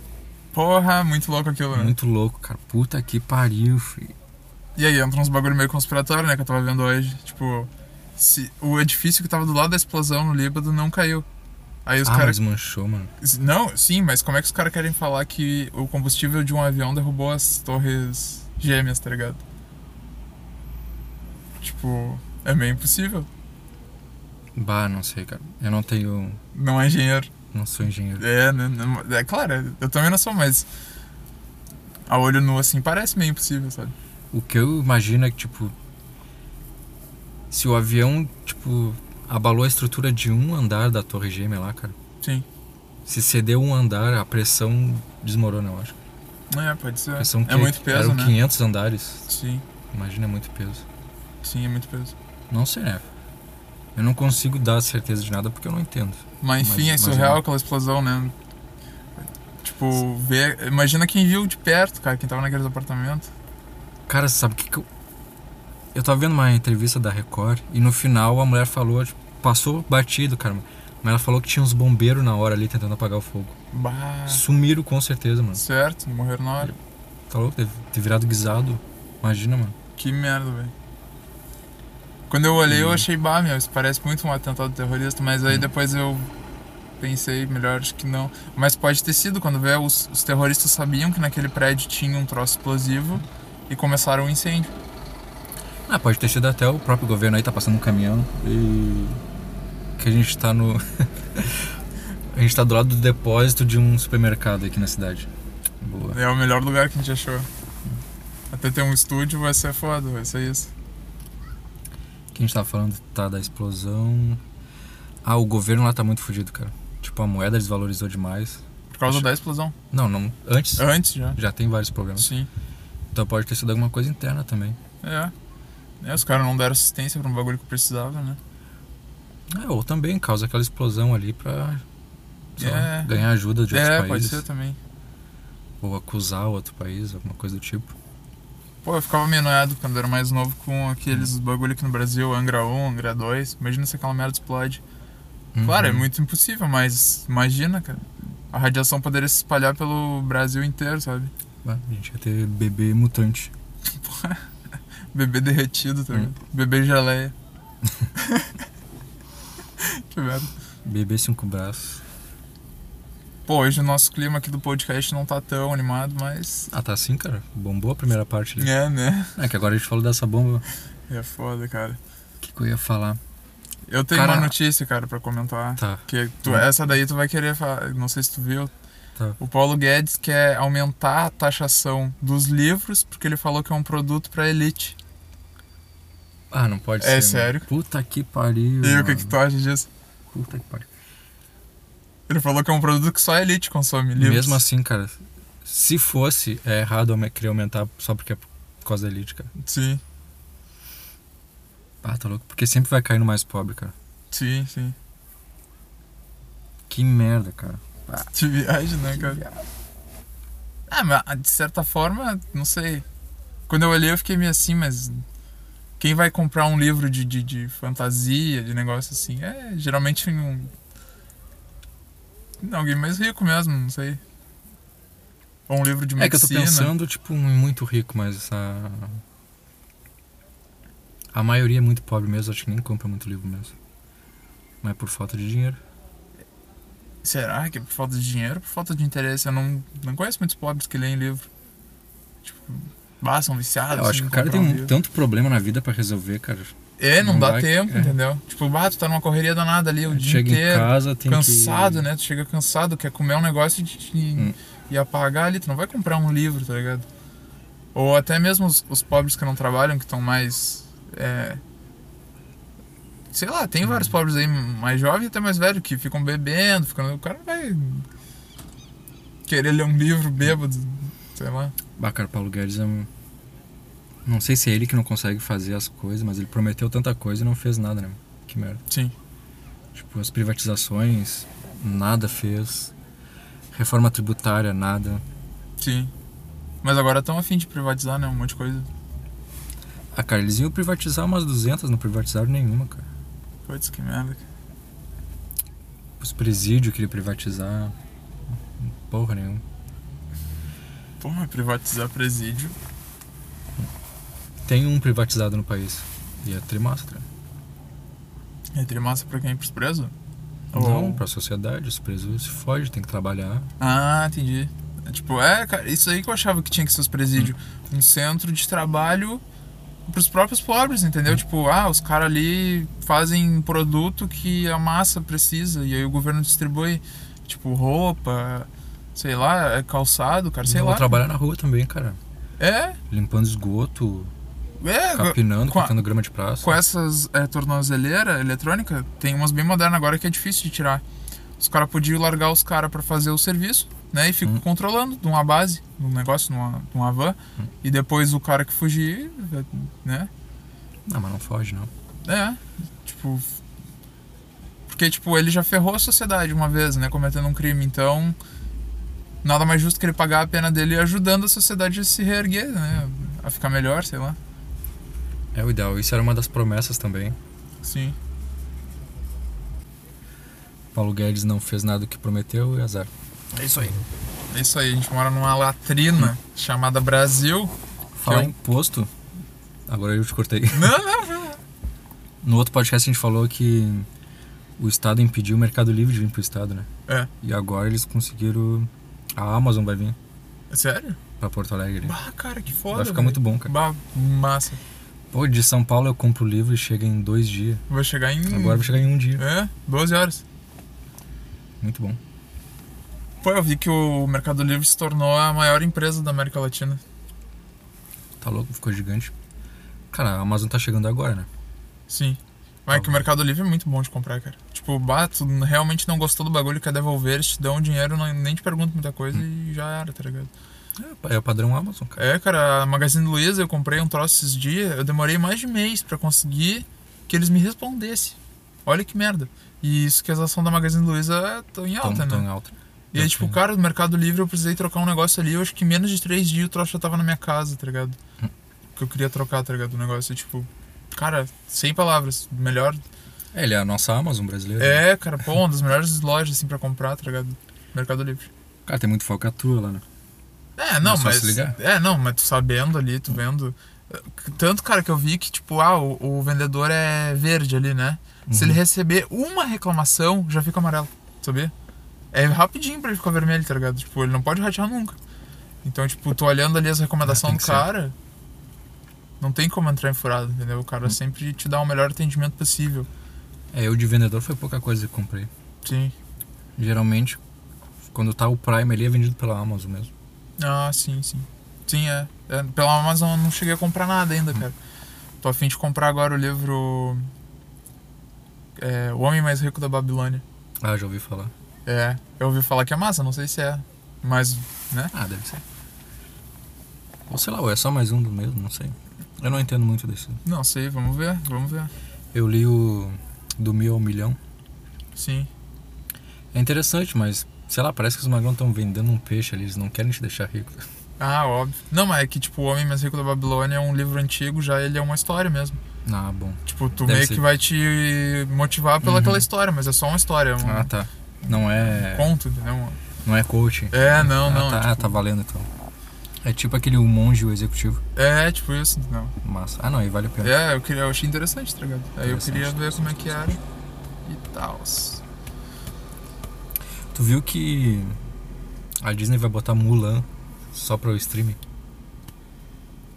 S1: Porra, muito louco aquilo, né?
S2: Muito louco, cara. Puta que pariu, filho.
S1: E aí, entra uns bagulho meio conspiratório, né? Que eu tava vendo hoje. Tipo, se o edifício que tava do lado da explosão no Líbano não caiu. Aí os
S2: ah, mas
S1: caras.
S2: desmanchou, mano.
S1: Não, sim, mas como é que os caras querem falar que o combustível de um avião derrubou as torres gêmeas, tá ligado? Tipo, é meio impossível.
S2: Bah, não sei, cara. Eu não tenho.
S1: Não é engenheiro.
S2: Não sou engenheiro.
S1: É, né? não- É claro, eu também não sou, mas. A olho nu, assim, parece meio impossível, sabe?
S2: O que eu imagino é que, tipo. Se o avião, tipo, abalou a estrutura de um andar da Torre Gêmea lá, cara.
S1: Sim.
S2: Se cedeu um andar, a pressão desmorona, eu acho.
S1: É, pode ser.
S2: Mas são
S1: é
S2: que-
S1: muito peso,
S2: eram
S1: né?
S2: 500 andares.
S1: Sim,
S2: Imagina, é muito peso.
S1: sim, é muito peso.
S2: Não sei, né? Eu não consigo dar certeza de nada porque eu não entendo.
S1: Mas
S2: Mas-
S1: enfim, é
S2: mas
S1: surreal
S2: é.
S1: aquela explosão, né? Tipo, ver. Imagina quem viu de perto, cara, quem tava naqueles apartamentos.
S2: Cara, sabe o que, que eu. Eu tava vendo uma entrevista da Record e no final a mulher falou, tipo, passou batido, cara. Mas ela falou que tinha uns bombeiros na hora ali tentando apagar o fogo.
S1: Bah.
S2: Sumiram com certeza, mano.
S1: Certo, morreram na hora.
S2: Tá louco? Deve ter virado guisado. Imagina, mano.
S1: Que merda, velho. Quando eu olhei, eu
S2: Hum.
S1: achei, bah, meu, isso parece muito um atentado terrorista, mas aí
S2: Hum.
S1: depois eu pensei, melhor, acho que não. Mas pode ter sido, quando vê, os, os terroristas sabiam que naquele prédio tinha um troço explosivo e começaram um incêndio.
S2: Ah, pode ter sido até o próprio governo aí tá passando um caminhão e. Que a gente tá no. a gente tá do lado do depósito de um supermercado aqui na cidade. Boa.
S1: É o melhor lugar que a gente achou. Até ter um estúdio vai ser foda, vai ser isso.
S2: O que a gente tava falando tá da explosão. Ah, o governo lá tá muito fudido, cara. Tipo, a moeda desvalorizou demais.
S1: Por causa
S2: Acho-
S1: da explosão.
S2: Não, não. Antes
S1: Antes já.
S2: já tem vários problemas.
S1: Sim.
S2: Então pode ter sido alguma coisa interna também.
S1: É. É, os caras não deram assistência pra um bagulho que precisava, né?
S2: É, ou também causa aquela explosão ali pra. sei lá,
S1: É.
S2: ganhar ajuda de outros
S1: é, pode
S2: países.
S1: ser também.
S2: Ou acusar outro país, alguma coisa do tipo.
S1: Pô, eu ficava meio noiado quando era mais novo com aqueles bagulho aqui no Brasil, Angra 1, Angra 2. Imagina se aquela merda explode. Claro, é
S2: Uhum.
S1: muito impossível, mas imagina, cara. A radiação poderia se espalhar pelo Brasil inteiro, sabe?
S2: Ah, A gente ia ter bebê mutante.
S1: Bebê derretido também.
S2: Hum.
S1: Bebê geleia. que merda.
S2: Bebê cinco braços.
S1: Pô, hoje o nosso clima aqui do podcast não tá tão animado, mas.
S2: Ah, tá assim, cara. Bombou a primeira parte ali.
S1: É, né?
S2: É que agora a gente falou dessa bomba.
S1: É foda, cara.
S2: O que, que eu ia falar?
S1: Eu tenho
S2: Cara-
S1: uma notícia, cara, pra comentar.
S2: Tá.
S1: Que tu-
S2: Hum.
S1: essa daí tu vai querer falar, não sei se tu viu.
S2: Tá.
S1: O Paulo Guedes quer aumentar a taxação dos livros porque ele falou que é um produto pra elite.
S2: Ah, não pode
S1: É
S2: ser. mano.
S1: sério?
S2: Puta que pariu.
S1: E o que, tá
S2: mano.
S1: que tu acha disso?
S2: Puta que pariu.
S1: Ele falou que é um produto que só a elite consome livros.
S2: Mesmo assim, cara, se fosse, é errado aume- querer aumentar só porque é por causa da elite, cara.
S1: Sim,
S2: Ah, tá louco. Porque sempre vai cair no mais pobre, cara.
S1: sim, sim.
S2: Que merda, cara.
S1: De viagem, né, cara?
S2: viagem.
S1: Ah, mas de certa forma, não sei. Quando eu olhei, eu fiquei meio assim, mas. Quem vai comprar um livro de, de, de fantasia, de negócio assim? É geralmente um. Alguém mais rico mesmo, não sei. Ou um livro de
S2: É que eu tô
S1: medicina.
S2: pensando, tipo, em muito rico, mas essa. A maioria é muito pobre mesmo, acho que nem compra muito livro mesmo. Não é por falta de dinheiro.
S1: Será que é por falta de dinheiro ou por falta de interesse? Eu não, não conheço muitos pobres que leem livro. Tipo, ah, são viciados.
S2: eu acho
S1: em
S2: que o cara
S1: comprar
S2: tem
S1: um
S2: um-
S1: livro.
S2: tanto problema na vida pra resolver, cara.
S1: É, não,
S2: Não
S1: dá
S2: vai-
S1: tempo,
S2: é.
S1: entendeu? Tipo, ah, tu tá numa correria danada ali o dia
S2: Chega
S1: inteiro.
S2: em casa, tem
S1: cansado,
S2: que...
S1: né? Tu chega cansado, quer comer um negócio e, te- e-
S2: Hum.
S1: e apagar ali. Tu não vai comprar um livro, tá ligado? Ou até mesmo os, os pobres que não trabalham, que estão mais. é, Sei lá,
S2: Hum.
S1: tem vários pobres aí mais jovens e até mais velhos que ficam bebendo, ficam... o cara não vai querer ler um livro bêbado, sei lá.
S2: Bah, cara, Paulo Guedes é um... Não sei se é ele que não consegue fazer as coisas, mas ele prometeu tanta coisa e não fez nada, né? Que merda.
S1: Sim.
S2: Tipo, as privatizações, nada fez. Reforma tributária, nada.
S1: Sim. Mas agora estão afim de privatizar, né? Um monte de coisa.
S2: Ah, cara, eles iam privatizar umas 200, não privatizaram nenhuma, cara.
S1: Putz, que merda.
S2: Os presídios queriam privatizar. Porra nenhuma.
S1: Pô, mas privatizar presídio.
S2: Tem um privatizado no país. E é trimastro.
S1: Entre massa é pra quem? Pros presos?
S2: Não, pra sociedade, os presos se fogem, tem que trabalhar.
S1: Ah, entendi. É, Tipo, é, cara, isso aí que eu achava que tinha que ser os presídios. Um centro de trabalho pros próprios pobres, entendeu?
S2: Hum.
S1: Tipo, ah, os caras ali fazem um produto que a massa precisa e aí o governo distribui, tipo, roupa, sei lá, é, calçado, cara, sei
S2: Vão
S1: lá. né?
S2: trabalhar na rua também, cara.
S1: É,
S2: Limpando esgoto,
S1: é,
S2: capinando,
S1: com a-
S2: cortando grama de praça.
S1: com essas é, tornozeleiras eletrônicas, tem umas bem modernas agora que é difícil de tirar. Os caras podiam largar os caras pra fazer o serviço, né? E fica
S2: Hum.
S1: controlando de uma base, de um negócio, de uma, de uma van.
S2: Hum.
S1: E depois o cara que fugir, né?
S2: Não, Ah, mas não foge, não.
S1: É, tipo... Porque, tipo, ele já ferrou a sociedade uma vez, né? Cometendo um crime, então... Nada mais justo que ele pagar a pena dele ajudando a sociedade a se reerguer, né? A ficar melhor, sei lá.
S2: É o ideal. Isso era uma das promessas também.
S1: Sim.
S2: Paulo Guedes não fez nada do que prometeu e azar.
S1: É isso aí. É isso aí, a gente mora numa latrina chamada Brasil.
S2: Falar
S1: Que é
S2: em
S1: um-
S2: imposto. Agora eu te cortei.
S1: Não, não, não.
S2: No outro podcast a gente falou que o Estado impediu o Mercado Livre de vir pro Estado, né?
S1: É.
S2: E agora eles conseguiram. A Amazon vai vir
S1: É Sério?
S2: pra Porto Alegre.
S1: Bah, cara, que foda.
S2: Vai ficar
S1: velho.
S2: muito bom, cara.
S1: Bah, massa.
S2: Pô, de São Paulo eu compro o livro e chega em dois dias.
S1: Vai chegar em.
S2: Agora vai chegar em um dia.
S1: É, 12 horas.
S2: Muito bom.
S1: Pô, eu vi que o Mercado Livre se tornou a maior empresa da América Latina.
S2: Tá louco, ficou gigante. Cara, a Amazon tá chegando agora, né?
S1: Sim. Mas é que o Mercado Livre é muito bom de comprar, cara. Tipo, bah, tu realmente não gostou do bagulho, quer devolver, eles te dão o dinheiro, não- nem te perguntam muita coisa
S2: Hum.
S1: e já era, tá ligado?
S2: É o padrão Amazon, cara.
S1: É, cara, a Magazine Luiza eu comprei um troço esses dias, eu demorei mais de mês pra conseguir que eles me respondessem. Olha que merda. E isso que as ações da Magazine Luiza estão em
S2: Tão,
S1: alta,
S2: tão
S1: né?
S2: em alta.
S1: E aí, tipo, cara, do Mercado Livre eu precisei trocar um negócio ali, eu acho que em menos de três dias o troço já tava na minha casa, tá ligado?
S2: Hum.
S1: Que eu queria trocar, tá ligado? O negócio, e, tipo, cara, sem palavras, melhor.
S2: É, ele é a nossa Amazon brasileira. né?
S1: É, cara, pô, uma das melhores lojas, assim, pra comprar, tá ligado? Mercado Livre.
S2: Cara, tem muito falcatrua lá, né?
S1: É, não,
S2: É só
S1: mas.
S2: se ligar.
S1: É, não, mas tu sabendo ali, tu vendo. Tanto, cara, que eu vi que, tipo, ah, o, o vendedor é verde ali, né? Se
S2: Uhum.
S1: ele receber uma reclamação, já fica amarelo, sabia? É rapidinho pra ele ficar vermelho, tá ligado? Tipo, ele não pode ratear nunca. Então, tipo, tô olhando ali as
S2: É,
S1: recomendações
S2: tem
S1: do
S2: que ser.
S1: cara. Não tem como entrar em furado, entendeu? O
S2: Uhum.
S1: cara sempre te dá o melhor atendimento possível.
S2: É, eu de vendedor foi pouca coisa que eu comprei.
S1: Sim.
S2: Geralmente, quando tá o Prime ali, é vendido pela Amazon mesmo.
S1: Ah, sim, sim. Sim, é. É, Pela Amazon eu não cheguei a comprar nada ainda,
S2: Hum.
S1: cara. Tô a fim de comprar agora o livro. é, o Homem Mais Rico da Babilônia.
S2: Ah, já ouvi falar.
S1: É. Eu ouvi falar que é massa, não sei se é. Mas.
S2: Ah, deve ser. Ou sei lá, ou é só mais um do mesmo, não sei. Eu não entendo muito desse.
S1: Não sei, vamos ver, vamos ver.
S2: Eu li o do mil ao milhão.
S1: Sim.
S2: É interessante, mas sei lá, parece que os magrão estão vendendo um peixe ali, eles não querem te deixar rico.
S1: Ah, óbvio. Não, mas é que, tipo, O Homem Mais Rico da Babilônia é um livro antigo, já ele é uma história mesmo.
S2: Ah, bom.
S1: Tipo, tu
S2: Deve
S1: meio
S2: ser.
S1: que vai te motivar pela
S2: Uhum.
S1: aquela história, mas é só uma história, é um
S2: Ah, tá. Não é.
S1: conto, entendeu?
S2: Não é coaching.
S1: É, não,
S2: ah,
S1: não.
S2: Tá, ah,
S1: tipo,
S2: tá valendo então. É tipo aquele o monge o executivo.
S1: É, tipo isso, entendeu?
S2: Massa. Ah, não, aí vale a pena.
S1: É, eu, queria, eu achei interessante, tá ligado? Aí eu
S2: Interessante,
S1: queria ver como é que era
S2: interessante.
S1: e tal.
S2: Tu viu que a Disney vai botar Mulan só pra o streaming?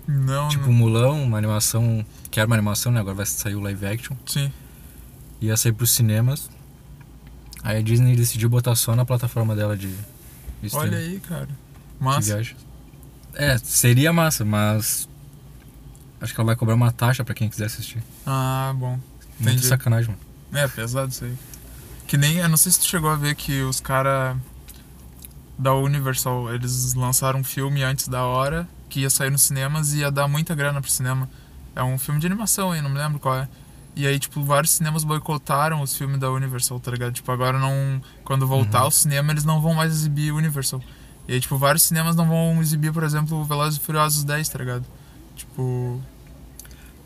S1: Não,
S2: Tipo,
S1: não.
S2: Mulan, uma animação. Que era uma animação, né? Agora vai sair o live action.
S1: Sim.
S2: Ia sair pros cinemas. Aí a Disney decidiu botar só na plataforma dela de de streaming.
S1: Olha aí, cara.
S2: Que
S1: Mas.
S2: viagem. É, seria massa, mas. Acho que ela vai cobrar uma taxa pra quem quiser assistir.
S1: Ah, bom.
S2: Muita
S1: Entendi.
S2: sacanagem, mano.
S1: É, pesado isso aí. Que nem. Eu não sei se tu chegou a ver que os caras da Universal, eles lançaram um filme antes da hora que ia sair nos cinemas e ia dar muita grana pro cinema. É um filme de animação aí, não me lembro qual é. E aí, tipo, vários cinemas boicotaram os filmes da Universal, tá ligado? Tipo, agora não. Quando voltar
S2: Uhum.
S1: ao cinema, eles não vão mais exibir Universal. E aí, tipo, vários cinemas não vão exibir, por exemplo, Velozes e Furiosos 10, tá ligado? Tipo.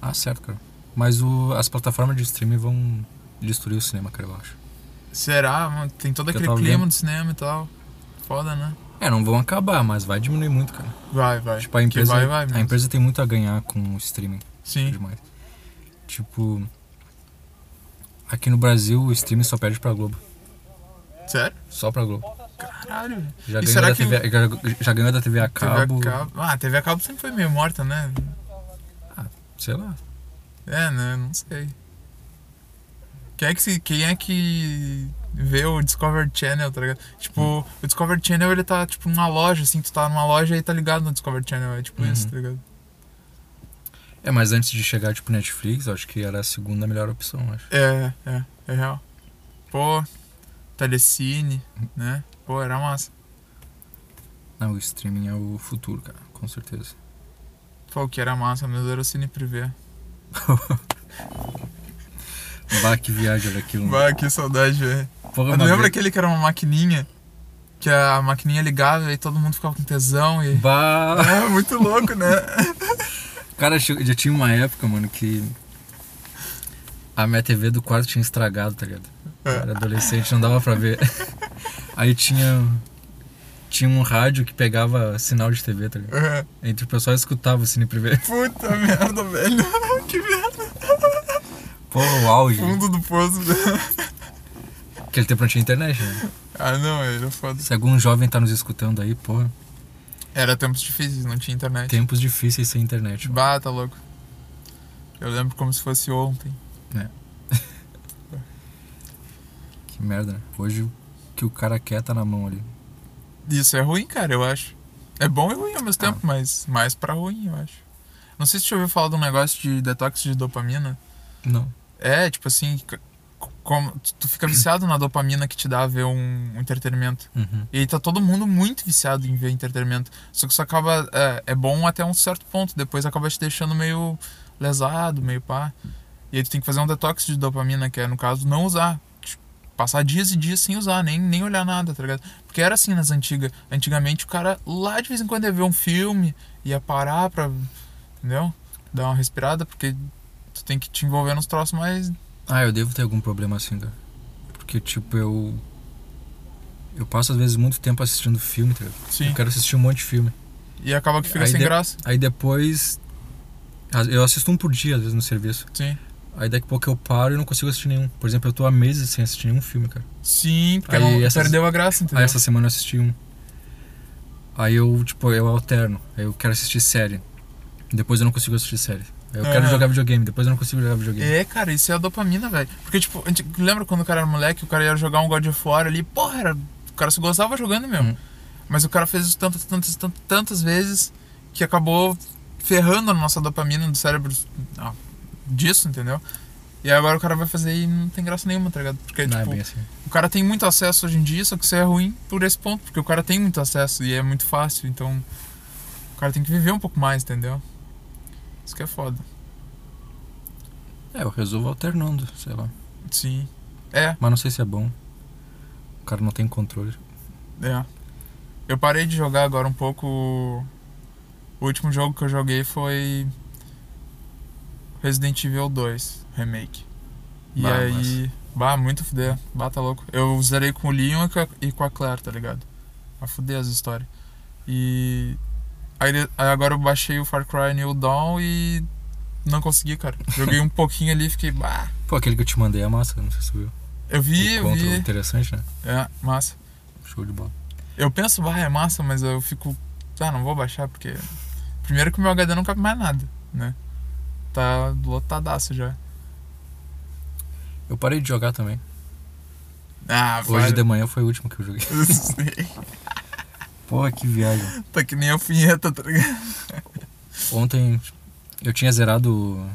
S2: Ah, certo, cara. Mas o- as plataformas de streaming vão destruir o cinema, cara, eu acho.
S1: Será? Mano, Tem todo
S2: Eu
S1: aquele
S2: tava
S1: clima
S2: vendo.
S1: do cinema e tal. Foda, né?
S2: É, não vão acabar, mas vai diminuir muito, cara.
S1: Vai, vai.
S2: Tipo, a empresa,
S1: que vai, vai mesmo.
S2: a empresa tem muito a ganhar com o streaming
S1: Sim.
S2: demais. Tipo, aqui no Brasil o streaming só perde pra Globo.
S1: Sério?
S2: Só pra Globo.
S1: Caralho. velho.
S2: Já,
S1: E
S2: ganhou
S1: será
S2: da,
S1: que
S2: TV, já, já ganhou da TV a cabo.
S1: TV a cabo. Ah, TV a cabo sempre foi meio morta, né?
S2: Sei lá.
S1: É, né? Não sei. Quem é que, se- quem é que vê o Discovery Channel, tá ligado? Tipo,
S2: Hum.
S1: o Discovery Channel ele tá tipo numa loja, assim, tu tá numa loja e tá ligado no Discovery Channel. É tipo
S2: Uhum.
S1: isso, tá ligado?
S2: É, mas antes de chegar, tipo, Netflix, eu acho que era a segunda melhor opção, eu acho.
S1: É, é, é real. Pô, telecine, né? Pô, era massa.
S2: Não, o streaming é o futuro, cara, com certeza.
S1: Pô, o que era massa, mas era o Cine Privé.
S2: Bah, que viagem era aquilo. né?
S1: Bah, que saudade, velho.
S2: Porra,
S1: Eu
S2: uma
S1: lembro
S2: vez-
S1: aquele que era uma maquininha, que a maquininha ligava e todo mundo ficava com tesão e.
S2: Bah...
S1: É, muito louco, né?
S2: Cara, che- já tinha uma época, mano, que a minha TV do quarto tinha estragado, tá ligado? Eu era adolescente, não dava pra ver. Aí tinha. Tinha um rádio que pegava sinal de TV, tá ligado?
S1: É.
S2: Entre o pessoal escutava o Cine Privé.
S1: Puta merda, velho. Que merda.
S2: Pô, o auge.
S1: Fundo do poço.
S2: Uhum.
S1: né?
S2: Aquele tempo não tinha internet, né?
S1: Ah, não, era foda.
S2: Se algum jovem tá nos escutando aí, porra,
S1: Era tempos difíceis, não tinha internet.
S2: tempos difíceis sem internet. mano.
S1: Bah, tá louco. Eu lembro como se fosse ontem.
S2: Que merda, né? Hoje o que o cara quer tá na mão ali.
S1: Isso é ruim, cara, eu acho. É bom e ruim ao mesmo tempo, mas mais pra ruim, eu acho. Não sei se você ouviu falar de um negócio de detox de dopamina.
S2: Não.
S1: É, tipo assim, c- como, tu- tu fica viciado na dopamina que te dá ver um, um entretenimento.
S2: Uhum.
S1: E aí tá todo mundo muito viciado em ver entretenimento. Só que isso acaba. É, é bom até um certo ponto, depois acaba te deixando meio lesado, meio pá. E aí tu tem que fazer um detox de dopamina, que é, no caso, não usar. Tipo, Passar dias e dias sem usar, nem, nem olhar nada, tá ligado? Porque era assim nas antigas. Antigamente o cara lá de vez em quando ia ver um filme, ia parar pra. Entendeu? Dar uma respirada, porque tu tem que te envolver nos troços mais
S2: Ah, eu devo ter algum problema assim, cara. Porque, tipo, eu. Eu passo, às vezes, muito tempo assistindo filme, tá ligado?
S1: Sim.
S2: Eu quero assistir um monte de filme.
S1: E acaba que fica
S2: Aí
S1: sem
S2: de-
S1: graça.
S2: Aí depois. as- Eu assisto um por dia, às vezes, no serviço.
S1: Sim.
S2: Aí daqui a pouco eu paro e não consigo assistir nenhum. Por exemplo, eu tô há meses sem assistir nenhum filme, cara.
S1: Sim, porque
S2: Aí
S1: não,
S2: essas-
S1: perdeu a graça, entendeu?
S2: Aí essa semana eu assisti um. Aí eu, tipo, eu alterno. Aí eu quero assistir série. Depois eu não consigo assistir série. Aí eu quero
S1: Aham.
S2: jogar videogame. Depois eu não consigo jogar videogame.
S1: É, cara, isso é a dopamina, velho. Porque, tipo, anti- lembra quando o cara era moleque, o cara ia jogar um God of War ali, porra, era... o cara se gostava jogando mesmo.
S2: Hum.
S1: Mas o cara fez isso tantas, tantas, tantas, tantas vezes que acabou ferrando a nossa dopamina do cérebro ah, disso, entendeu? E aí agora o cara vai fazer e não tem graça nenhuma, tá ligado? Porque,
S2: não é
S1: tipo,
S2: bem assim.
S1: o cara tem muito acesso hoje em dia, só que isso é ruim por esse ponto, porque o cara tem muito acesso e é muito fácil, então o cara tem que viver um pouco mais, entendeu? Isso que é foda.
S2: É, eu resolvo alternando, sei lá.
S1: Sim. É,
S2: Mas não sei se é bom. O cara não tem controle.
S1: É. Eu parei de jogar agora um pouco. O último jogo que eu joguei foi Resident Evil 2 Remake. E
S2: Bah,
S1: aí.
S2: massa.
S1: Bah, muito fuder. Bah, tá louco. Eu zerei com o Leon e com a, e com a Claire, tá ligado? A fuder as histórias. E. Aí, de- aí agora eu baixei o Far Cry New Dawn e. Não consegui, cara. Joguei um pouquinho ali e fiquei. Bah.
S2: Pô, aquele que eu te mandei é massa, não sei se tu viu.
S1: Eu vi, eu
S2: Encontro
S1: vi.
S2: interessante, né?
S1: É, massa.
S2: Show de bola.
S1: Eu penso, bah, é massa, mas eu fico. Ah, não vou baixar, porque. Primeiro que o meu HD não cabe mais nada, né? Tá lotadaço já.
S2: Eu parei de jogar também.
S1: Ah,
S2: Hoje
S1: vai.
S2: de manhã foi o último que eu joguei.
S1: Eu sei.
S2: Porra, que viagem.
S1: Tá que nem a finheta, tá ligado?
S2: Ontem eu tinha zerado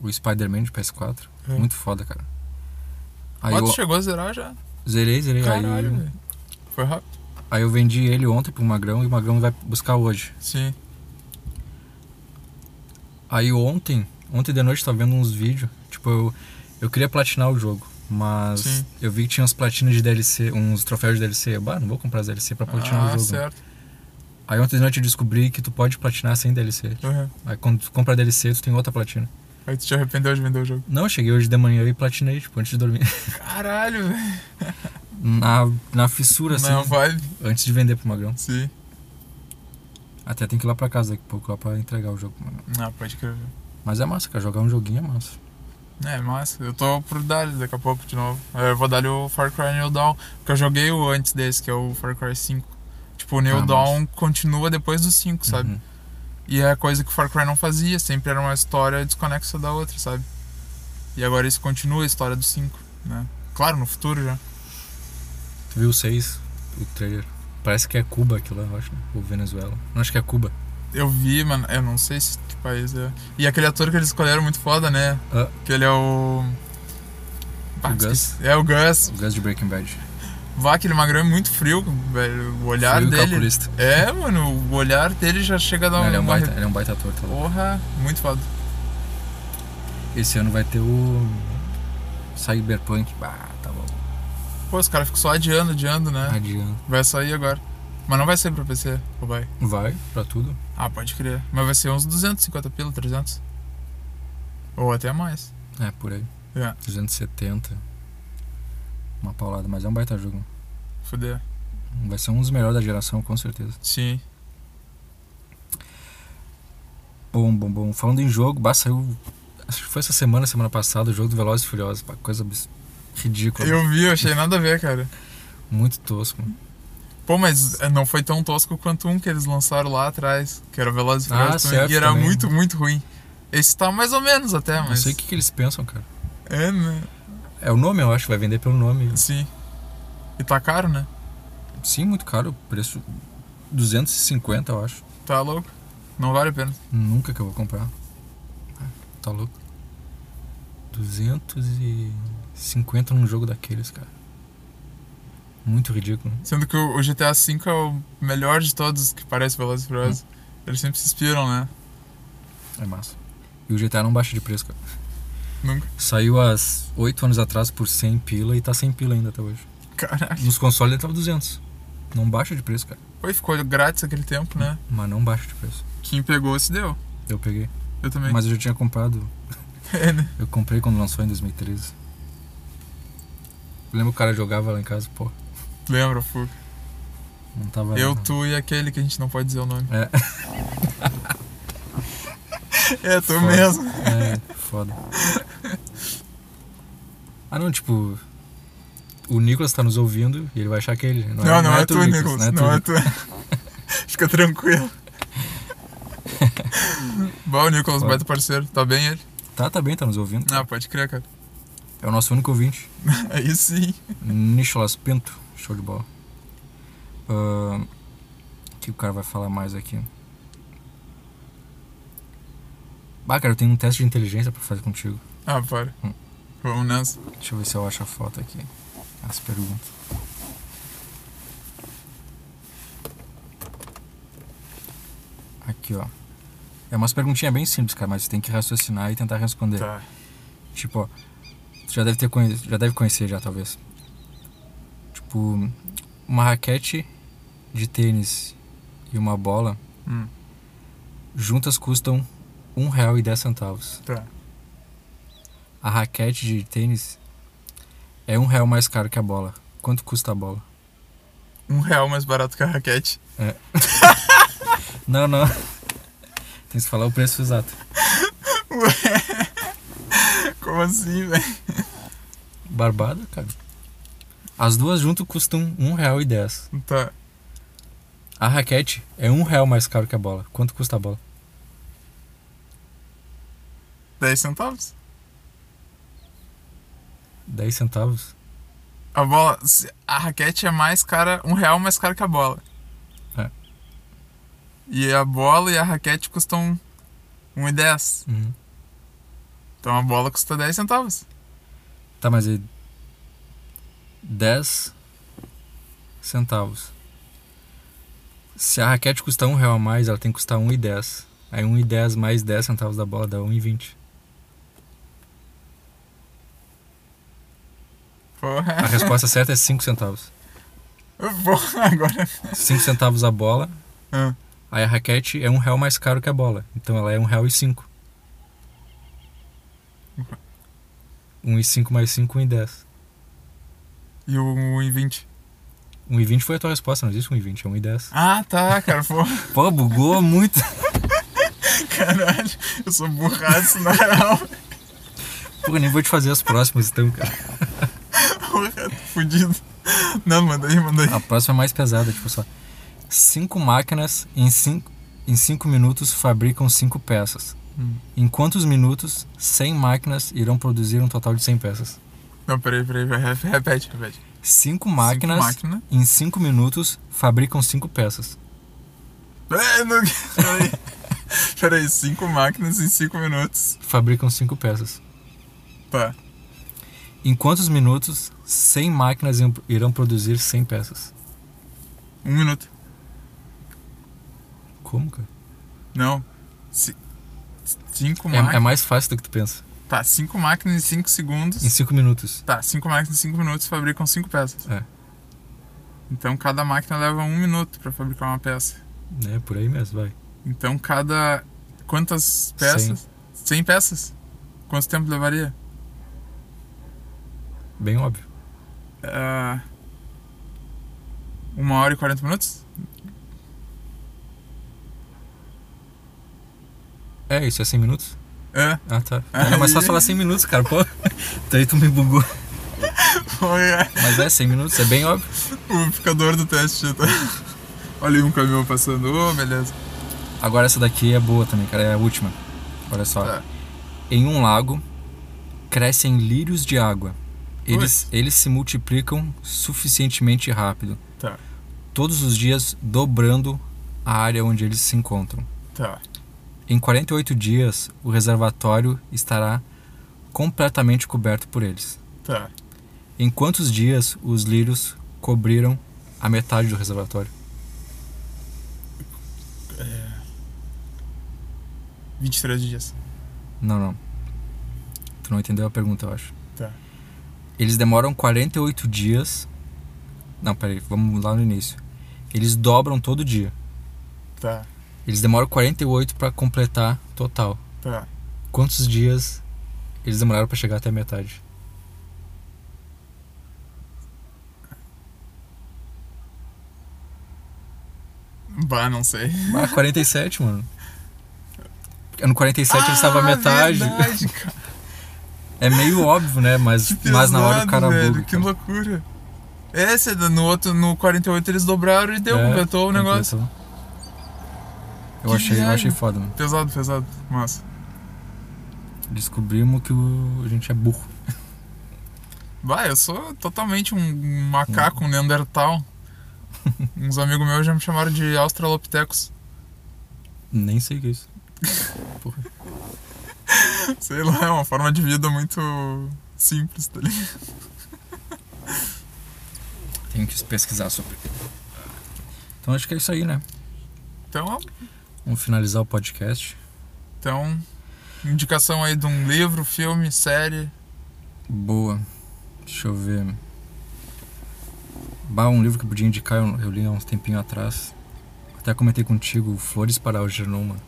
S2: o- o Spider-Man de PS4.
S1: É.
S2: Muito foda, cara. Aí
S1: Mas
S2: eu
S1: tu chegou a zerar já?
S2: zerei, zerei.
S1: Caralho,
S2: Aí,
S1: velho. Foi rápido?
S2: aí eu vendi ele ontem pro Magrão e o Magrão vai buscar hoje.
S1: Sim.
S2: Aí ontem, ontem de noite eu tava vendo uns vídeos. Tipo, eu, eu queria platinar o jogo. Mas
S1: Sim.
S2: eu vi que tinha uns platinas de DLC, uns troféus de DLC. Eu, bah, não vou comprar as DLC pra platinar
S1: Ah,
S2: o jogo.
S1: certo.
S2: Aí ontem de noite eu descobri que tu pode platinar sem DLC.
S1: Uhum.
S2: Aí quando tu compra DLC, tu tem outra platina.
S1: Aí tu te arrependeu de vender o jogo.
S2: Não, eu cheguei hoje de manhã e platinei, tipo, antes de dormir.
S1: Caralho, velho.
S2: Na, na fissura, assim,
S1: Não, vale.
S2: antes de vender pro Magrão.
S1: Sim.
S2: Até tem que ir lá pra casa daqui a pouco, lá pra entregar o jogo pro Magrão.
S1: Não, Ah, pode crer. velho.
S2: Mas é massa, cara, jogar um joguinho é massa.
S1: É, massa. Eu tô pro Dali daqui a pouco de novo. É, Eu vou dar o Far Cry New Dawn, porque eu joguei o antes desse, que é o Far Cry 5. Tipo, o New
S2: Ah,
S1: Dawn continua depois do 5, sabe?
S2: Uhum.
S1: E é a coisa que o Far Cry não fazia, sempre era uma história desconexa da outra, sabe? E agora isso continua a história do 5, né? Claro, no futuro já.
S2: Tu viu o 6, o trailer? Parece que é Cuba aquilo lá, eu acho, né? ou Venezuela. Não, acho que é Cuba.
S1: Eu vi, mano, eu não sei se que país é. E aquele ator que eles escolheram muito foda, né?
S2: Ah.
S1: Que ele é o.
S2: O Gus.
S1: esqueci. É o Gus.
S2: O Gus de Breaking Bad.
S1: Vá, aquele magrão é muito frio, velho. O olhar
S2: Frio e
S1: dele.
S2: calculista.
S1: É, mano, o olhar dele já chega a dar
S2: Não, ele, é um
S1: uma.
S2: baita, ele é um baita ator, tá louco?
S1: Porra, muito foda. Oh.
S2: Esse ano vai ter o Cyberpunk. Bah, tá bom.
S1: Pô, os caras ficam só adiando, adiando, né?
S2: Adianta.
S1: Vai sair agora. Mas não vai sair pra PC, ou vai?
S2: Vai pra tudo.
S1: Ah, pode crer. Mas vai ser uns 250 pila, 300. Ou até mais.
S2: É, por aí.
S1: É.
S2: 270. Uma paulada, mas é um baita jogo.
S1: Fuder.
S2: Vai ser um dos melhores da geração, com certeza.
S1: Sim.
S2: Bom, bom, bom. Falando em jogo, bah, saiu. Acho que foi essa semana, semana passada, o jogo do Velozes e Furiosos. pá, Coisa abs- ridícula.
S1: Eu vi, eu achei nada a ver, cara.
S2: Muito tosco.
S1: Pô, mas eh, não foi tão tosco quanto um que eles lançaram lá atrás, que era Velozes e
S2: Ah,
S1: Furiosos também,
S2: certo,
S1: e era
S2: também.
S1: muito, muito ruim. Esse tá mais ou menos até, mas...
S2: Não sei o que, que eles pensam, cara.
S1: É, né?
S2: É o nome, eu acho. Vai vender pelo nome.
S1: Sim. E tá caro, né?
S2: Sim, muito caro. Preço 250, eu acho.
S1: Tá louco. Não vale a pena.
S2: Nunca que eu vou comprar. Ah, Tá louco. 250 num jogo daqueles, cara. Muito ridículo.
S1: Sendo que o o GTA V é o melhor de todos que parece Velozes e Furiosos. Eles sempre se inspiram, né?
S2: É massa. E o GTA não baixa de preço, cara.
S1: Nunca.
S2: Saiu há 8 anos atrás por 100 pila e tá 100 pila ainda até hoje.
S1: Caralho.
S2: Nos consoles ele tava 200. Não baixa de preço, cara.
S1: Foi, ficou grátis aquele tempo, né?
S2: Mas não baixa de preço.
S1: Quem pegou se deu.
S2: Eu peguei.
S1: Eu também.
S2: Mas eu já tinha comprado.
S1: É, né?
S2: Eu comprei quando lançou em 2013. Lembra o cara jogava lá em casa, pô.
S1: Lembra, Fuca?
S2: Não tava.
S1: Eu, tu e aquele que a gente não pode dizer o nome.
S2: É.
S1: É, tu
S2: Foda.
S1: mesmo.
S2: É, foda. Ah não, tipo. O Nicolas tá nos ouvindo e ele vai achar que ele.
S1: Não, não, é, tu, Nicolas.
S2: não é tu,
S1: Não é
S2: Nicolas.
S1: tu. Fica tranquilo. Bom, Nicolas,
S2: Pode.
S1: baita parceiro. Tá bem ele?
S2: Tá, tá bem, tá nos ouvindo.
S1: Ah, pode crer, cara.
S2: É o nosso único ouvinte.
S1: Aí sim.
S2: Nicholas Pinto, show de bola. Ahn, o que o cara vai falar mais aqui? Bah, cara, eu tenho um teste de inteligência pra fazer contigo.
S1: Ah, para.
S2: Hum.
S1: Vamos nessa.
S2: Deixa eu ver se eu acho a foto aqui. As perguntas. Aqui, ó. É umas perguntinhas bem simples, cara, mas você tem que raciocinar e tentar responder.
S1: Tá.
S2: Tipo, ó, tu já deve ter conhe... já deve conhecer já, talvez. tipo, uma raquete de tênis e uma bola
S1: Hum.
S2: juntas custam um R$ 1,10.
S1: Tá.
S2: A raquete de tênis é um real mais caro que a bola. Quanto custa a bola?
S1: Um real mais barato que a raquete.
S2: Não, não. Tem que falar o preço exato.
S1: Como assim, velho?
S2: Barbado, cara. As duas juntas custam um R$ 1,10.
S1: Tá.
S2: A raquete é um real mais caro que a bola. Quanto custa a bola?
S1: 10 centavos?
S2: 10 centavos?
S1: A bola. se- A raquete é mais cara. Um real mais cara que a bola.
S2: É.
S1: E a bola e a raquete custam 1,10.
S2: Uhum.
S1: Então a bola custa 10 centavos.
S2: Tá, mas e 10 centavos. Se a raquete custar um real a mais, ela tem que custar 1,10. Aí 1,10 mais 10 centavos da bola dá 1,20. A
S1: Porra.
S2: resposta certa é 5 centavos.
S1: Porra, agora.
S2: 5 centavos a bola.
S1: Ah.
S2: Aí a raquete é um real mais caro que a bola. Então ela é um real e 5. 1,5 mais 5, 1,10.
S1: E o 1,20.
S2: 1,20 foi a tua resposta, não existe 1,20, é 1,10.
S1: Ah, tá, cara. Porra.
S2: Pô, bugou muito.
S1: Caralho, eu sou burraço na real.
S2: Pô, nem vou te fazer as próximas então, cara.
S1: Porra, tô fudido. Não, manda aí, manda aí.
S2: A próxima é mais pesada, tipo só. Cinco máquinas em cinco, em cinco minutos fabricam cinco peças.
S1: Hum.
S2: Em quantos minutos 100 máquinas irão produzir um total de 100 peças?
S1: Não, peraí, peraí, vai, re- repete, repete. Cinco
S2: Cinco máquinas
S1: máquina.
S2: em cinco minutos fabricam cinco peças.
S1: É, não... Peraí. Peraí, cinco máquinas em cinco minutos.
S2: Fabricam cinco peças.
S1: Tá.
S2: Em quantos minutos 100 máquinas irão- irão produzir 100 peças?
S1: Um minuto.
S2: Como, cara?
S1: Não. Ci- Cinco
S2: É, é
S1: máquinas.
S2: mais fácil do que tu pensa.
S1: Tá, cinco máquinas em cinco segundos.
S2: Em cinco minutos.
S1: Tá, cinco máquinas em cinco minutos fabricam cinco peças.
S2: É.
S1: Então cada máquina leva um minuto pra fabricar uma peça.
S2: É, por aí mesmo, vai.
S1: Então cada. Quantas peças? 100 peças? Quanto tempo levaria?
S2: Bem óbvio.
S1: Ah, uma hora e 40 minutos?
S2: É, isso é 100 minutos?
S1: É,
S2: Ah, tá. Era mais fácil
S1: Aí.
S2: falar 100 minutos, cara. Pô, daí tu me bugou.
S1: olha
S2: Mas é 100 minutos, é bem óbvio.
S1: o unificador Um do teste. Tá? Olha aí um caminhão passando, ô, beleza.
S2: Agora essa daqui é boa também, cara. É a última. Olha só.
S1: Tá.
S2: Em um lago, crescem lírios de água. Eles,
S1: Putz.
S2: eles se multiplicam suficientemente rápido.
S1: Tá.
S2: Todos os dias dobrando a área onde eles se encontram.
S1: Tá.
S2: Em 48 dias, o reservatório estará completamente coberto por eles.
S1: Tá.
S2: Em quantos dias os lírios cobriram a metade do reservatório?
S1: 23 dias.
S2: Não, não. Tu não entendeu a pergunta, eu acho.
S1: Tá.
S2: Eles demoram 48 dias. Não, peraí, vamos lá no início. Eles dobram todo dia.
S1: Tá.
S2: Eles demoram 48 para completar total.
S1: Tá.
S2: Quantos dias eles demoraram para chegar até a metade?
S1: Bah, não sei.
S2: Ah, 47, mano. No 47 eles estavam a
S1: Ah,
S2: metade.
S1: Verdade, cara.
S2: É meio óbvio, né? Mas,
S1: Que
S2: mas na hora o
S1: pesado,
S2: cara
S1: velho,
S2: buga.
S1: Que
S2: cara.
S1: loucura. Esse, no outro, no 48 eles dobraram e deu,
S2: É,
S1: completou o negócio.
S2: completou. Eu
S1: Que
S2: achei, eu
S1: viagem.
S2: achei foda, mano.
S1: Pesado, pesado. Massa.
S2: Descobrimos que o- a gente é burro.
S1: Bah, eu sou totalmente um macaco, um
S2: Hum.
S1: Neandertal. Uns amigos meus já me chamaram de Australopithecus.
S2: Nem sei o que é isso.
S1: Sei lá, é uma forma de vida muito simples, tá ligado?
S2: Tenho que pesquisar sobre. Então acho que é isso aí, né?
S1: Então,
S2: Vamos finalizar o podcast.
S1: então, indicação aí de um livro, filme, série.
S2: Boa. Deixa eu ver. Bah, um livro que eu podia indicar, eu, eu li há uns tempinho atrás. Até comentei contigo, Flores para Algernon, mano.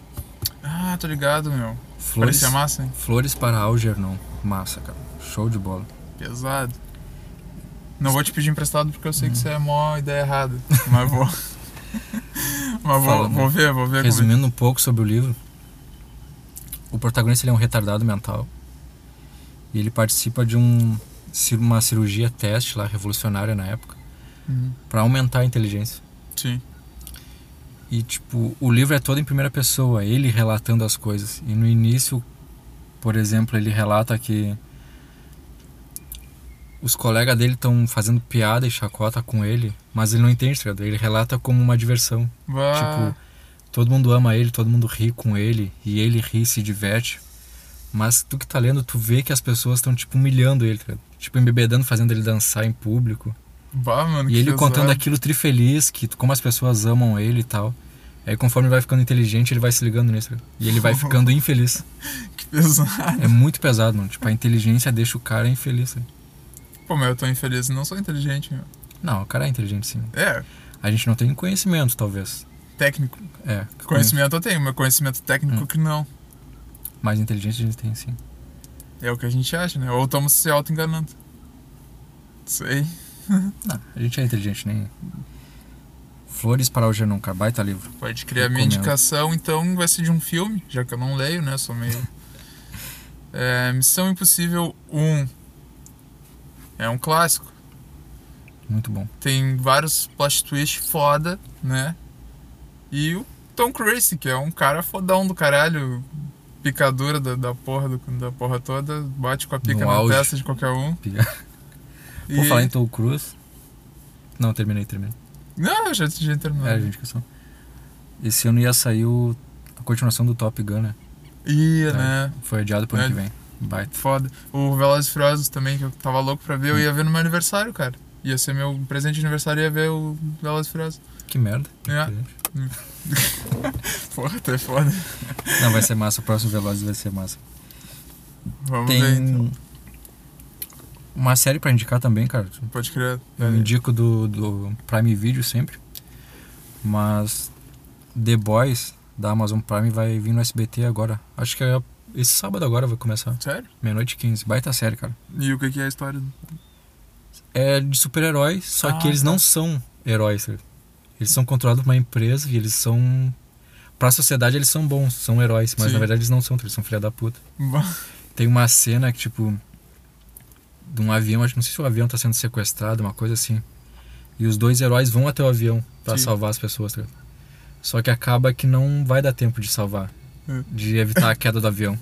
S1: Ah, tô ligado, meu.
S2: Flores,
S1: Parecia massa, hein?
S2: Flores para Algernon. Massa, cara. Show de bola.
S1: Pesado. Não vou te pedir emprestado porque eu
S2: Hum.
S1: sei que isso é mó ideia errada. Mas vou. mas vou,
S2: Fala,
S1: vou ver, vou ver como. é.
S2: Resumindo um pouco sobre o livro, o protagonista ele é um retardado mental e ele participa de um, cir- uma cirurgia teste lá revolucionária na época
S1: Uhum.
S2: para aumentar a inteligência.
S1: Sim.
S2: E tipo, o livro é todo em primeira pessoa, ele relatando as coisas. E no início, por exemplo, ele relata que os colegas dele estão fazendo piada e chacota com ele, mas ele não entende, tá ligado? Ele relata como uma diversão.
S1: Bah,
S2: Tipo, todo mundo ama ele, todo mundo ri com ele, e ele ri e se diverte. Mas tu que tá lendo, tu vê que as pessoas estão, tipo, humilhando ele, tá ligado? Tipo, embebedando, fazendo ele dançar em público.
S1: bah, mano,
S2: E
S1: é que
S2: ele
S1: pesado.
S2: contando aquilo trifeliz, que como as pessoas amam ele e tal. Aí conforme ele vai ficando inteligente, ele vai se ligando nisso. tá ligado? E ele vai ficando infeliz.
S1: Que pesado.
S2: É muito pesado, mano. Tipo, a inteligência deixa o cara infeliz. tá ligado?
S1: Pô, mas eu tô infeliz, não sou inteligente, meu.
S2: Não, o cara é inteligente sim.
S1: É,
S2: A gente não tem conhecimento, talvez.
S1: técnico.
S2: É.
S1: Conhecimento eu tenho, mas conhecimento
S2: Hum.
S1: técnico que não.
S2: Mais inteligente a gente tem sim.
S1: É o que a gente acha, né? Ou estamos se auto-enganando. Sei.
S2: Não, a gente é inteligente, nem. Flores para o Genunca, baita livro.
S1: Pode criar a minha
S2: Recomendo.
S1: indicação, então vai ser de um filme, já que eu não leio, né? Sou meio. É, Missão Impossível 1. É um clássico.
S2: Muito bom.
S1: Tem vários plot twist foda, né? E o Tom Cruise, que é um cara fodão do caralho. Picadura da, da porra do- da porra toda, bate com a pica
S2: No
S1: na
S2: auge.
S1: testa de qualquer um.
S2: Pica. Vou
S1: E-
S2: falar em Tom Cruise. Não, terminei, terminei.
S1: Não, eu já, já terminou.
S2: Era a indicação. Esse ano ia sair o- a continuação do Top Gun, né?
S1: Ia,
S2: Tá.
S1: né?
S2: Foi adiado pro ano
S1: É.
S2: que vem. Baita.
S1: Foda. O Velozes e Furiosos também, que eu tava louco pra ver, eu ia ver no meu aniversário, cara. Ia ser meu presente de aniversário, ia ver o Velozes e Furiosos.
S2: Que merda.
S1: É. Porra, tá foda.
S2: Não, vai ser massa. O próximo Velozes vai ser massa.
S1: Vamos ver,
S2: Tem
S1: então.
S2: uma série pra indicar também, cara.
S1: Pode crer. É.
S2: Eu indico do, do Prime Video sempre. Mas The Boys da Amazon Prime vai vir no SBT agora. Acho que é esse sábado agora vai começar.
S1: Sério?
S2: Meia-noite e 15. Baita série, cara.
S1: E o que que é a história? do-
S2: É de super-herói, só
S1: Ah,
S2: que eles
S1: tá.
S2: não são heróis. sabe? Eles são controlados por uma empresa e eles são. Pra sociedade eles são bons, são heróis, mas
S1: Sim.
S2: na verdade eles não são, eles são filha da puta.
S1: Bah,
S2: Tem uma cena que, tipo, de um avião, acho que não sei se o avião tá sendo sequestrado, uma coisa assim. E os dois heróis vão até o avião pra
S1: Sim.
S2: salvar as pessoas, tá ligado? Só que acaba que não vai dar tempo de salvar,
S1: Hum.
S2: de evitar a queda do avião.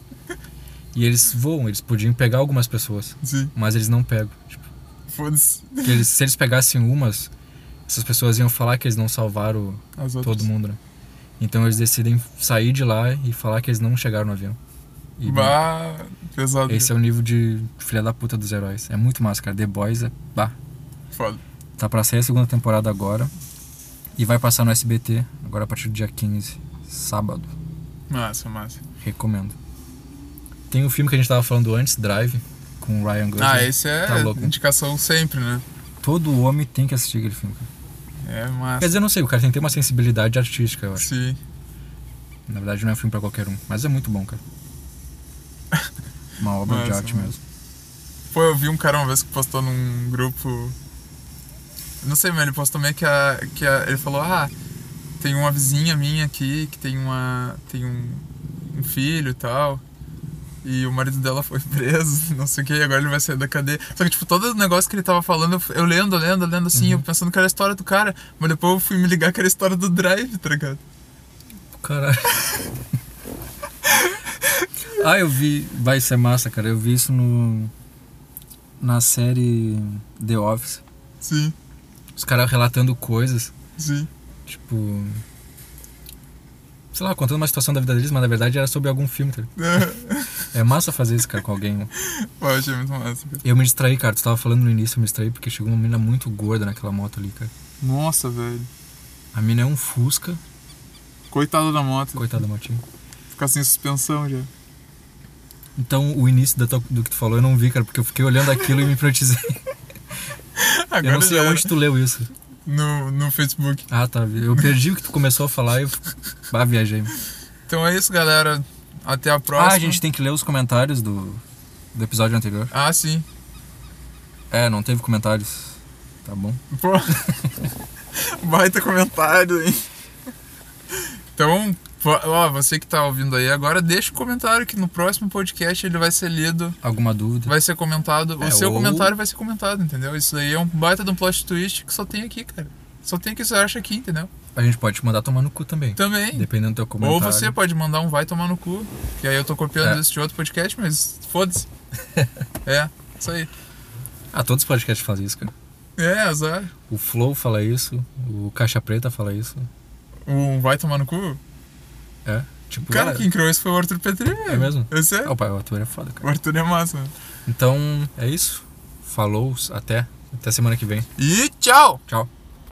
S2: E eles voam, eles podiam pegar algumas pessoas,
S1: Sim,
S2: mas eles não pegam. Tipo,
S1: foda-se.
S2: que eles- se eles pegassem umas, essas pessoas iam falar que eles não salvaram
S1: As outras.
S2: todo mundo, né? Então eles decidem sair de lá e falar que eles não chegaram no avião. E
S1: Bah, pesado.
S2: esse é o nível de filha da puta dos heróis. É muito massa, cara. The Boys é. Bah.
S1: Foda.
S2: Tá pra sair a segunda temporada agora. E vai passar no SBT, agora a partir do dia 15, sábado.
S1: Massa, massa.
S2: Recomendo. Tem o filme que a gente tava falando antes, Drive, com o Ryan Gosling.
S1: Ah, esse é
S2: Tá louco.
S1: indicação sempre, né?
S2: Todo homem tem que assistir aquele filme. Cara.
S1: É
S2: Quer
S1: massa.
S2: dizer, eu não sei, o cara tem que ter uma sensibilidade artística, eu acho.
S1: Sim.
S2: Na verdade, não é um filme pra qualquer um, mas é muito bom, cara. Uma obra de
S1: Massa,
S2: arte
S1: massa.
S2: mesmo.
S1: Pô, eu vi um cara uma vez que postou num grupo. eu Não sei, mas ele postou meio que a. Que a ele falou, ah, tem uma vizinha minha aqui que tem uma. tem um, um filho e tal. E o marido dela foi preso, não sei o que, e agora ele vai sair da cadeia. Só que, tipo, todo o negócio que ele tava falando, eu, f- eu lendo, lendo, lendo assim, eu pensando que era a história do cara, mas depois eu fui me ligar que era a história do Drive, tá ligado?
S2: Caralho. ah, eu vi. Vai ser massa, cara. Eu vi isso no. Na série The Office.
S1: Sim,
S2: Os caras relatando coisas.
S1: sim.
S2: Tipo. Sei lá, contando uma situação da vida deles, mas na verdade era sobre algum filme. tá ligado? É massa fazer isso, cara, com alguém.
S1: Pô, eu achei muito massa, cara.
S2: Eu me distraí, cara. Tu tava falando no início, eu me distraí porque chegou uma mina muito gorda naquela moto ali, cara.
S1: Nossa, velho.
S2: A mina é um Fusca.
S1: Coitado da moto.
S2: Coitada da motinha.
S1: Ficar sem suspensão já.
S2: Então, o início da tua- do que tu falou eu não vi, cara, porque eu fiquei olhando aquilo e me hipnotizei. Eu
S1: Agora
S2: não sei
S1: já era.
S2: aonde tu leu isso.
S1: no, no Facebook.
S2: Ah, tá. Eu perdi o que tu começou a falar e eu ah, viajei.
S1: Então é isso, galera. Até a próxima.
S2: Ah, a gente tem que ler os comentários do, do episódio anterior.
S1: Ah, sim.
S2: É, não teve comentários. Tá bom.
S1: Pô. Baita comentário, hein? Então, pô, ó, você que tá ouvindo aí agora, deixa um comentário que no próximo podcast ele vai ser lido,
S2: Alguma dúvida?
S1: vai ser comentado.
S2: É,
S1: o seu
S2: ou-
S1: comentário vai ser comentado, entendeu? Isso daí é um baita de um plot twist que só tem aqui, cara. Só tem que você acha aqui, entendeu?
S2: A gente pode te mandar tomar no cu também.
S1: Também.
S2: Dependendo do teu comentário.
S1: Ou você pode mandar um vai tomar no cu, que aí eu tô copiando
S2: É.
S1: isso de outro podcast, mas foda-se. é, isso aí.
S2: Ah, todos os podcasts fazem isso, cara.
S1: É, azar.
S2: O Flow fala isso, o Caixa Preta fala isso.
S1: Um vai tomar no cu?
S2: É. Tipo,
S1: O cara
S2: ah,
S1: que criou isso foi o Arthur Petri,
S2: é mesmo?
S1: Eu sei.
S2: Ah, o pai, o ator é foda, cara.
S1: O Arthur é massa. né?
S2: Então, é isso. Falou, até. Até semana que vem.
S1: E tchau!
S2: Tchau.